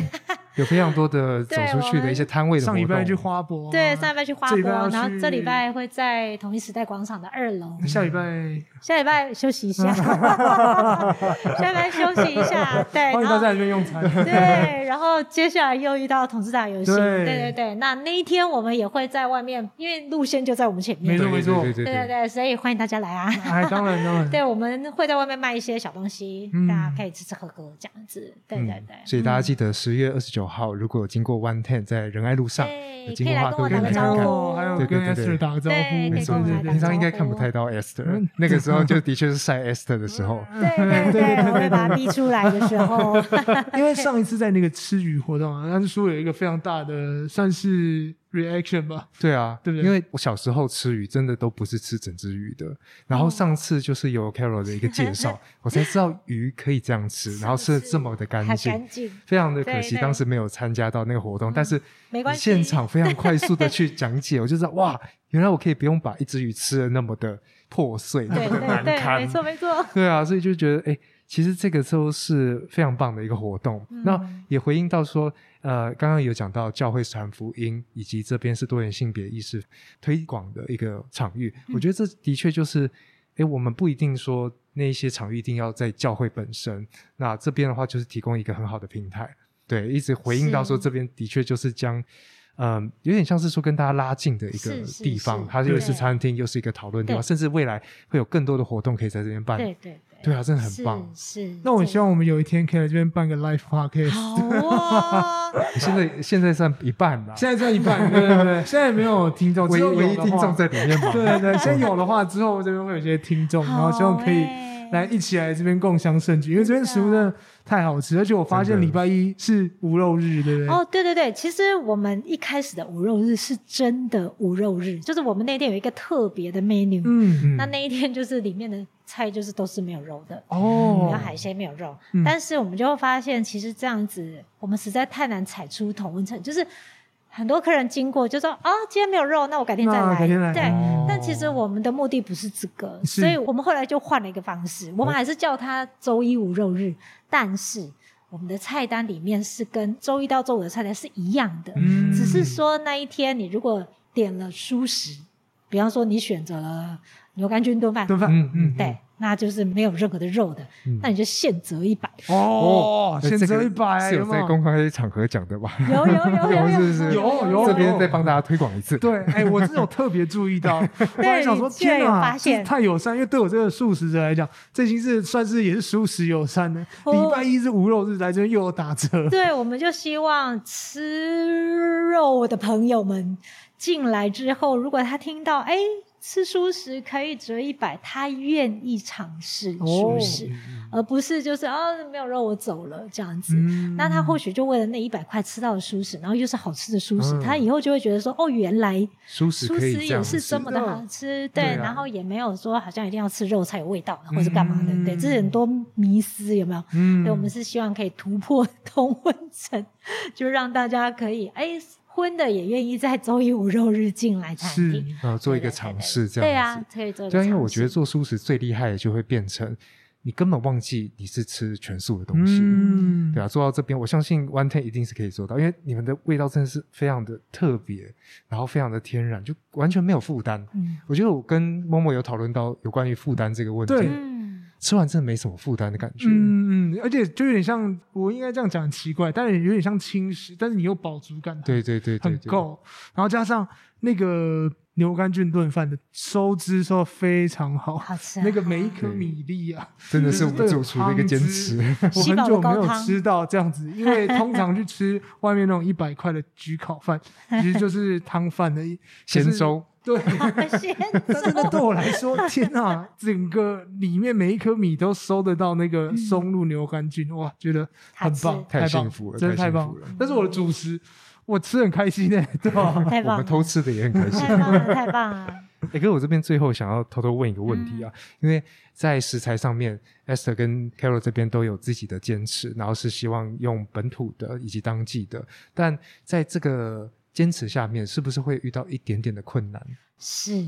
有非常多的走对出去我的们一些摊位的活上动。礼拜去花博啊， 对，上礼拜去花这博，礼拜要然后去这礼拜会在同一时代广场的二楼，下礼拜下礼拜休息 一下， 下礼拜休息一下，对，欢迎然大后家来这边用餐。 对，然后接下来又遇到同志大游行，对对对对，那那一天我们也会在外面，因为路线就在我们前没面，错对没对错对对对对，对对，所以欢迎大家来啊。哎，当然当然，对，我们会在外面卖一些小东西，嗯大家可以吃吃喝喝这样子。对对对，所以大家嗯记得十月二十九号，如果有经过 One Ten 在仁爱路上，对有可经以过来话跟我可以打个看招看。呼，还有对对跟对对 Esther 打个招对可以呼，没错跟我，对们对对平打招常应该呼看不太到 Esther，嗯 那个时候就的确是晒 Esther 的时候。对对对，我会把他逼出来的时候， 因为上一次在那个吃鱼活动啊，安叔有一个非常大的算是 reaction 吧，对啊，对不对因为我小时候吃鱼真的都不是吃整只鱼嗯的，然后上次就是有 Carol 的一个介 绍，我才知道鱼可以这样吃，然后吃的这么的干 很净干，净，非常的可惜，对对嗯当时没有参加到那个活动，但是没你关系。现场非常快速的去讲解，我就知道哇，原来我可以不用把一只鱼吃的那么的破碎，那对么对的难对，堪，没错没错， 对啊，所以就觉得哎、诶其实这个都是非常棒的一个活动。嗯那也回应到说，呃，刚刚有讲到教会传福音，以及这边是多元性别意识推广的一个场域，嗯我觉得这的确就是，哎、我们不一定说那一些场域一定要在教会本身，那这边的话就是提供一个很好的平台。对，一直回应到说是这边的确就是将。嗯，有点像是说跟大家拉近的一个是是地方，是它又是对餐厅，又是一个讨论地方，对甚至未来会有更多的活动可以在这边办。对对对啊，真的对，很是棒。是。那我真希望我们有一天可以来这边办个 live 的 podcast。好啊，你 现在现在算一半了，现在在一半，对对对，现在没有听众，只唯一有有唯一的听话众在里面嘛。 对啊对对，先有的话之后这边会有一些听众，然后希望可以好欸来一起来这边共襄盛举，因为这边食物真的太好吃，而且我发现真的礼拜一是无肉日，对不对？哦，对对对，其实我们一开始的无肉日是真的无肉日，就是我们那天有一个特别的 menu，、嗯，那嗯那一天就是里面的菜就是都是没有肉的，哦然后，海鲜没有肉，嗯但是我们就会发现，其实这样子我们实在太难踩出同温层，就是很多客人经过就说啊，今天没有肉，那我改天再那来，改天来，对。哦但其实我们的目的不是这个，是所以我们后来就换了一个方式，哦我们还是叫它周一无肉日，但是我们的菜单里面是跟周一到周五的菜单是一样的，嗯只是说那一天你如果点了蔬食，比方说你选择了牛肝菌炖 饭，顿饭，嗯嗯嗯对，那就是没有任何的肉的，嗯那你就现折 一百。嗯，哦，那选呃这择个一百，是有在没公开场合讲的吧？有有有有是不是有有这边再帮大家推广一次。对，哎、我真的有特别注意到，我还想说，你居天然有哪，发这现太友善，因为对我这个素食者来讲，这已经是算是也是素食友善的。哦礼拜一是无肉日，来这边又有打 折，对，我们就希望吃肉的朋友们进来之后，如果他听到哎吃素食可以折一百，他愿意尝试素食，哦而不是就是哦没有肉我走了这样子。嗯那他或许就为了那一百块吃到了素食，然后又是好吃的素食，嗯他以后就会觉得说哦，原来舒适素可食以这样也子是这么的好吃，对，对啊然后也没有说好像一定要吃肉才有味道，或者干嘛的，嗯对，这是很多迷思，有没有？嗯对，我们是希望可以突破 同温层，就让大家可以哎，荤的也愿意在周一五肉日进来餐是厅，呃，做一个对对对尝试这对样啊子。，可以做一个尝试。对啊，因为我觉得做素食最厉害的就会变成你根本忘记你是吃全素的东西。嗯，对啊，做到这边，我相信 One Ten 一定是可以做到，因为你们的味道真的是非常的特别，然后非常的天然，就完全没有负担。嗯我觉得我跟默默有讨论到有关于负担这个问题，对嗯，吃完真的没什么负担的感觉。嗯嗯，而且就有点像，我应该这样讲很奇怪，但是有点像轻食，但是你又饱足感，啊对对对对很对，够，然后加上那个牛肝菌炖饭的收汁收的非常好，好吃啊那个每一颗对米粒啊，真的是我们主厨的一个坚持。我吸很饱久了没高有汤吃到这样子，因为通常去吃外面那种一百块的焗烤 饭，其实就是汤饭的一 咸。粥，可是对，好 鲜但真的对我来说，天哪、整个里面每一颗米都收得到那个松露牛肝菌，哇，觉得很棒，好吃太棒太幸福了真的太太幸棒福了。但是我的主食，我吃得很开心呢、欸对吧？ 太我棒们了，偷吃的也很开心。太棒了，太棒了，哎、可是我这边最后想要偷偷问一个问题啊，嗯因为在食材上面，Esther 跟 Carol 这边都有自己的坚持，然后是希望用本土的以及当季的，但在这个坚持下面，是不是会遇到一点点的困难？是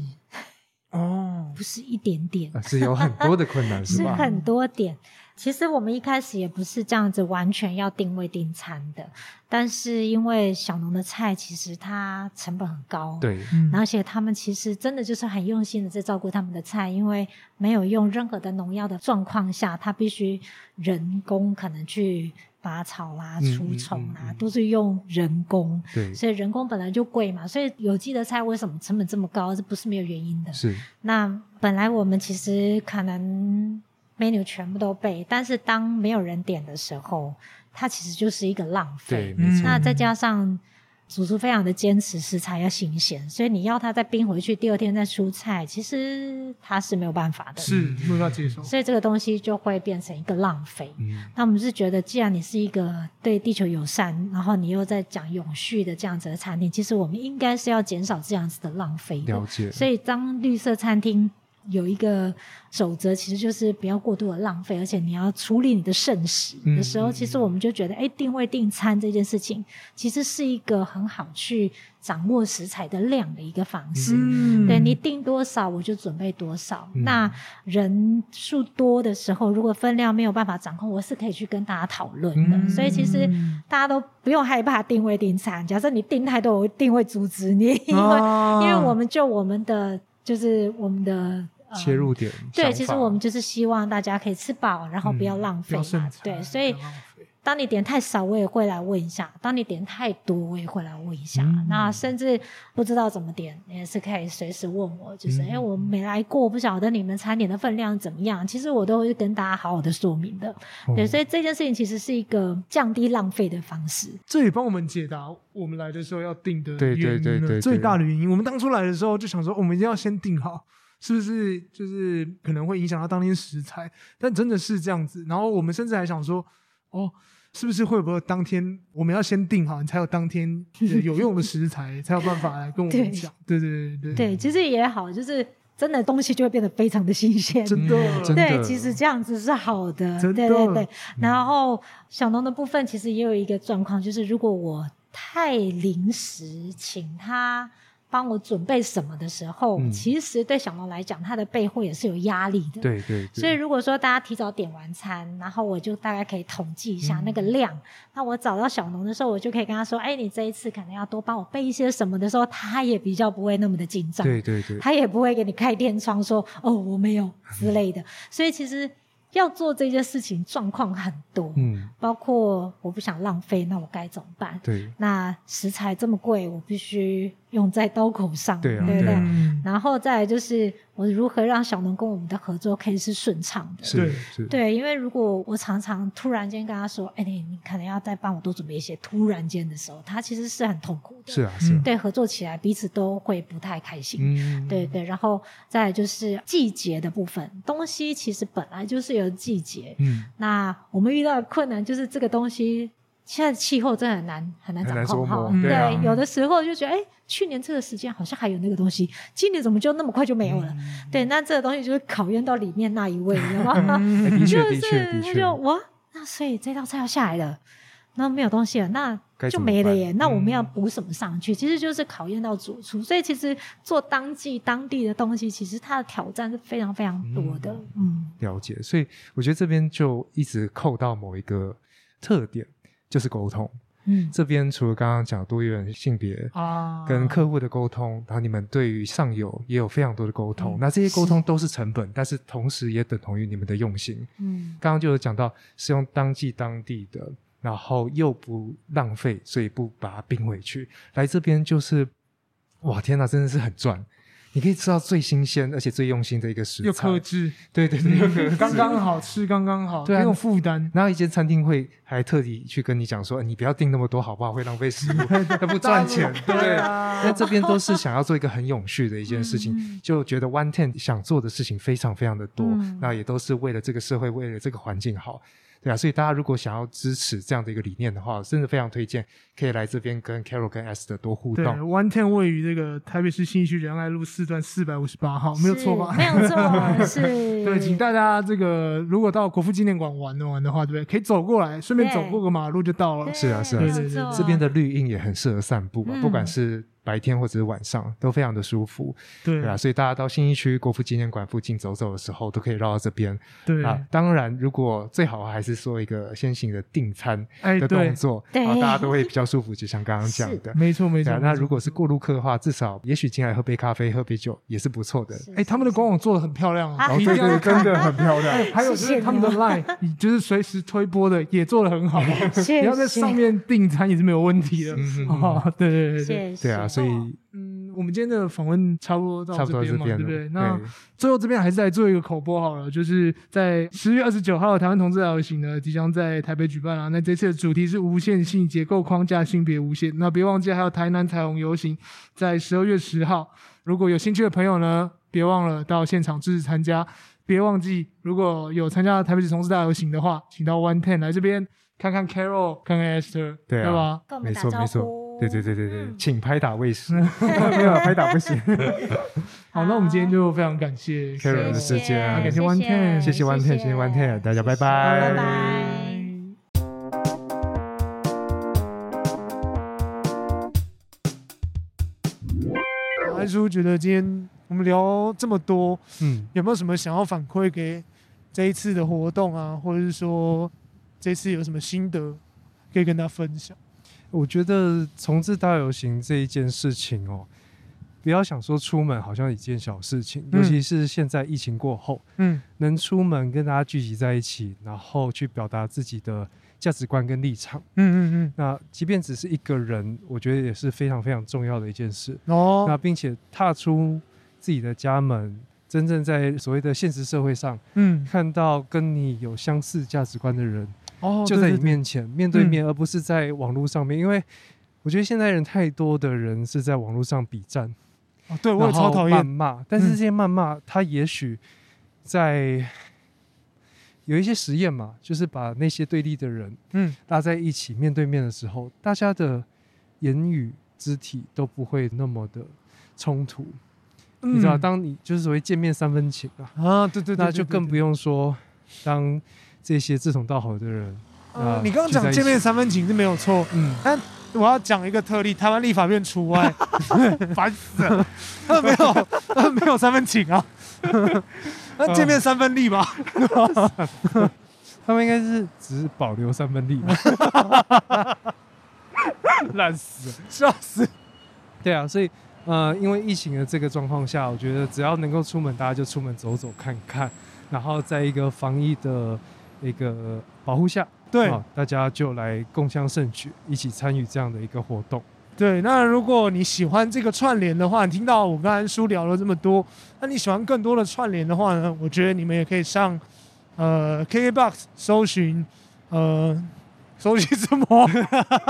哦，不是一点点哦呃啊、？是有很多的困难是是吧？很多点。其实我们一开始也不是这样子完全要定位订餐的，但是因为小农的菜其实它成本很高，，对，嗯而且他们其实真的就是很用心的在照顾他们的菜，因为没有用任何的农药的状况下，它必须人工可能去拔草啦、嗯除虫啦，嗯嗯嗯都是用人工，对，所以人工本来就贵嘛，所以有机的菜为什么成本这么高？这不是没有原因的。是，那本来我们其实可能 menu 全部都备，但是当没有人点的时候，它其实就是一个浪对，费。没错，那再加上主厨非常的坚持食材要新鲜，所以你要它再冰回去，第二天再蔬菜，其实它是没有办法的。是没有办法接受。所以这个东西就会变成一个浪费。嗯，那我们是觉得，既然你是一个对地球友善，然后你又在讲永续的这样子的餐厅，其实我们应该是要减少这样子的浪费的。了解，嗯所以，当绿色餐厅有一个守则，其实就是不要过度的浪费，而且你要处理你的剩食嗯的时候，嗯其实我们就觉得，哎，定位订餐这件事情，其实是一个很好去掌握食材的量的一个方式。嗯对你定多少，我就准备多少。嗯那人数多的时候，如果分量没有办法掌控，我是可以去跟大家讨论的。嗯所以其实大家都不用害怕定位订餐。假设你定太多，我一定会阻止你，因为、啊因为我们就我们的就是我们的、呃切入点，对，想其实法我们就是希望大家可以吃饱，然后不要嗯浪不费要嘛。剩菜对，所以不要浪费当你点太少，我也会来问一下；当你点太多，我也会来问一下。嗯那甚至不知道怎么点，也是可以随时问我，就是嗯哎、诶我没来过，我不晓得你们餐点的分量怎么样。其实我都会跟大家好好的说明的。对，哦所以这件事情其实是一个降低浪费的方式。这也帮我们解答我们来的时候要定的对对原因对了对对最大的原因。我们当初来的时候就想说，我们一定要先定好，是不是就是可能会影响到当天食材？但真的是这样子。然后我们甚至还想说，哦，是不是会不会当天我们要先定好，你才有当天呃有用的食材，才有办法来跟我们 对讲？对对对对，嗯对，其实也好，就是真的东西就会变得非常的新鲜。真的嗯真的嗯对，其实这样子是好的，真的对对对。然后小农的部分其实也有一个状况，就是如果我太临时请他帮我准备什么的时候，嗯其实对小农来讲，他的备货也是有压力的。对对，对所以如果说大家提早点完餐，然后我就大概可以统计一下那嗯个量。那我找到小农的时候，我就可以跟他说：“哎，你这一次可能要多帮我备一些什么的时候，他也比较不会那么的紧张。”对对对，他也不会给你开天窗说哦我 没有之类的。所以其实要做这件事情，状况很多，嗯，包括我不想浪费，那我该怎么办？对那食材这么贵，我必须用在刀口上，对啊不对对？啊嗯然后再来就是我如何让小农跟我们的合作可以是顺畅的。是对是，对，因为如果我常常突然间跟他说：“哎，你你可能要再帮我多准备一些。”突然间的时候，他其实是很痛苦的。是啊是啊，对，合作起来彼此都会不太开心。嗯，对对，然后再来就是季节的部分，东西其实本来就是有季节。嗯，那我们遇到的困难就是这个东西，现在气候真的很难很难很掌难控琢磨哈。嗯对啊有的时候就觉得，哎，去年这个时间好像还有那个东西，今年怎么就那么快就没有了？嗯对，那这个东西就是考验到里面那一位，你知道吗？哎的嗯确就的确是的他确，就哇，那所以这道菜要下来了，那没有东西了，那该就怎么没了办耶。那我们要嗯补什么上去？其实就是考验到主厨，所以其实做当季当地的东西，其实它的挑战是非常非常多的。嗯，了解，所以我觉得这边就一直扣到某一个特点，就是沟通。嗯这边除了刚刚讲多元性别哦啊，跟客户的沟通，然后你们对于上游也有非常多的沟通，嗯那这些沟是通都是成本，但是同时也等同于你们的用心。嗯，刚刚就有讲到是用当季当地的，然后又不浪费，所以不把它冰回去。来这边就是，哇，天哪，真的是很赚！你可以吃到最新鲜而且最用心的一个食又材，克制，对对对，又 克制刚刚好吃，刚刚好，对啊没有负担。然后一间餐厅会还特地去跟你讲说，哎你不要订那么多好不好？会浪费食物，那不赚钱，对不对？啊那这边都是想要做一个很永续的一件事情，嗯嗯就觉得 One Ten 想做的事情非常非常的多，嗯那也都是为了这个社会，为了这个环境好。对啊，所以大家如果想要支持这样的一个理念的话，真的非常推荐可以来这边跟 Carol 跟 S 的多互对动。 ，One Ten 位于这个台北市新义区仁爱路四段四百五十八号，没有错吧是？没有 错，是。对，请大家这个如果到国父纪念馆玩的玩的话，对不对？可以走过来，顺便对走过个马路就到了对。是啊是啊没有是啊错这边的绿荫也很适合散步啊，嗯不管是白天或者是晚上都非常的舒服，对对啊，所以大家到新一区国父纪念馆附近走走的时候，都可以绕到这边。对，啊，当然，如果最好还是做一个先行的订餐哎的对动作，对啊，大家都会比较舒服。就像刚刚讲的，没错没对错啊。。那没错如果是过路客的话，至少也许进来喝杯咖啡、喝杯酒也是不错的。是哎，他们的官网做的很漂亮啊啊，哦，一对定要对，去看 真的很漂亮。还有就谢谢是你他们的哦 Line，你就是随时推播的也做的很好，是是你要在上面订餐也是没有问题的 嗯嗯。嗯哦，对对对对，谢谢。对啊，所以嗯，我们今天的访问差不多差到不这多边这嘛，边对了。不对？那最后这边还是来做一个口播好了，就是在十月二十九号台湾同志大游行呢，即将在台北举办啊。那这次的主题是无限性结构框架性别无限。那别忘记还有台南彩虹游行，在十二月十号。如果有兴趣的朋友呢，别忘了到现场支持参加。别忘记，如果有参加台北市同志大游行的话，请到 One Ten 来这边看看 Carol，看看 Esther，对啊吧？跟我没们打错招没错呼，对对对对对，嗯请拍打卫 士，没有拍打不 行。好，那我们今天就非常感谢 Carol 的时间啊感谢 One Ten，谢谢 One Ten，谢谢 One Ten，大家拜拜拜拜。安叔觉得今天我们聊这么多， 嗯，有没有什么想要反馈给这一次的活动啊，或者是说这次有什么心得可以跟大家分享？我觉得从自大游行这一件事情哦，不要想说出门好像一件小事情，嗯尤其是现在疫情过后，嗯，能出门跟大家聚集在一起，然后去表达自己的价值观跟立场。嗯嗯那即便只是一个人，我觉得也是非常非常重要的一件事。嗯，哦那，并且踏出自己的家门，真正在所谓的现实社会上嗯，看到跟你有相似价值观的人，哦，啊就对在嗯对你对面前，面对面，而不是在网络上面。因为我觉得现在人太多的人是在网络上比战，哦对 我然也超后讨谩厌，嗯骂，但是这些谩骂，他也许在有一些实验嘛，就是把那些对立的人嗯，拉在一起，面对面的时候，大家的言语、肢体都不会那么的冲突。你知道，嗯当你就是所谓见面三分情啊，啊，对对对，那就更不用。用说当这些志同道合的人。呃啊你刚刚聚在讲一见面起三分情是没有错，嗯，我要讲一个特例，台湾立法院除 外，烦死了。他们没有，他们没有三分情 啊，那见面三分力吧。他们应该是只保留三分力吧， 烂死了。笑死！对啊，所以呃，因为疫情的这个状况下，我觉得只要能够出门，大家就出门走走看看，然后在一个防疫的一个保护下，对啊大家就来共襄盛举，一起参与这样的一个活动。对，那如果你喜欢这个串联的话，你听到我跟安叔聊了这么多，那你喜欢更多的串联的话呢？我觉得你们也可以上呃 KKBOX 搜寻呃 搜寻什么，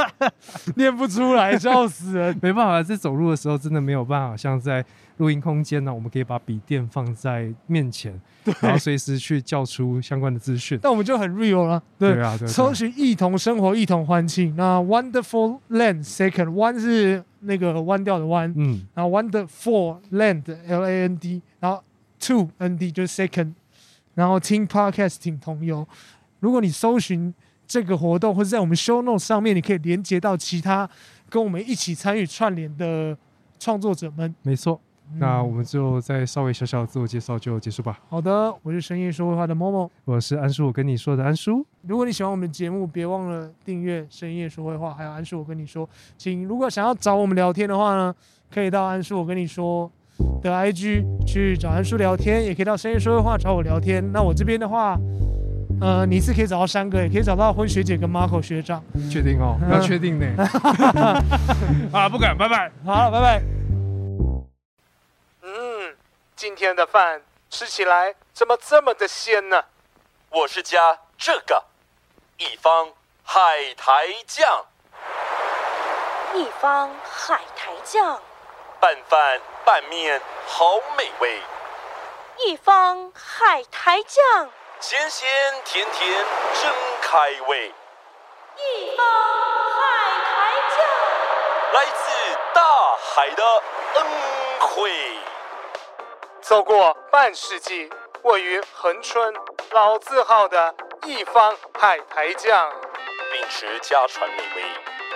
念不出来，笑死人。没办法，在走路的时候真的没有办法，像在录音空间呢，我们可以把笔电放在面前，然后随时去叫出相关的资讯。但我们就很 real 了，对。啊，对啊搜寻“一同生活，一同欢庆”。那 “wonderful land second one” 是那个弯掉的弯，嗯，然后 “wonderful land” L A N D，然后 “two N D” 就是 second，然后听 podcast 听同游。如果你搜寻这个活动，或者在我们 show notes 上面，你可以连接到其他跟我们一起参与串联的创作者们。没错。那嗯我们就再稍微小小的自我介绍就结束吧。好的，我是深夜说会话的 Momo。我是安叔，我跟你说的安叔，如果你喜欢我们的节目，别忘了订阅《深夜说会话》，还有安叔我跟你说，请如果想要找我们聊天的话呢，可以到安叔我跟你说的 IG 去找安叔聊天，也可以到深夜说会话找我聊天。那我这边的话，呃，你是可以找到山哥，也可以找到婚学姐跟 Marco 学长。确定哦，要确定呢。啊，不敢，拜拜。好了，拜拜。嗯，今天的饭吃起来怎么这么的鲜呢？我是加这个，一方海苔酱一方海苔酱，拌饭拌面，好美味，一方海苔酱，咸咸甜甜真开胃，一方海苔酱。来自大海的恩惠。走过半世纪，位于恒春老字号的一方海苔酱。秉持家传美味，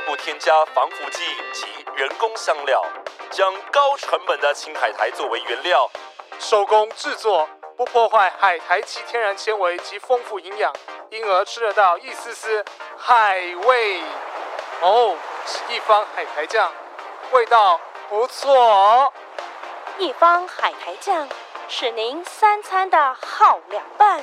不添加防腐剂及人工香料，将高成本的青海苔作为原料，手工制作，不破坏海苔其天然纤维及丰富营养，因而吃得到一丝丝海味。哦，一方海苔酱，味道不错哦。一方海苔酱是您三餐的好凉拌。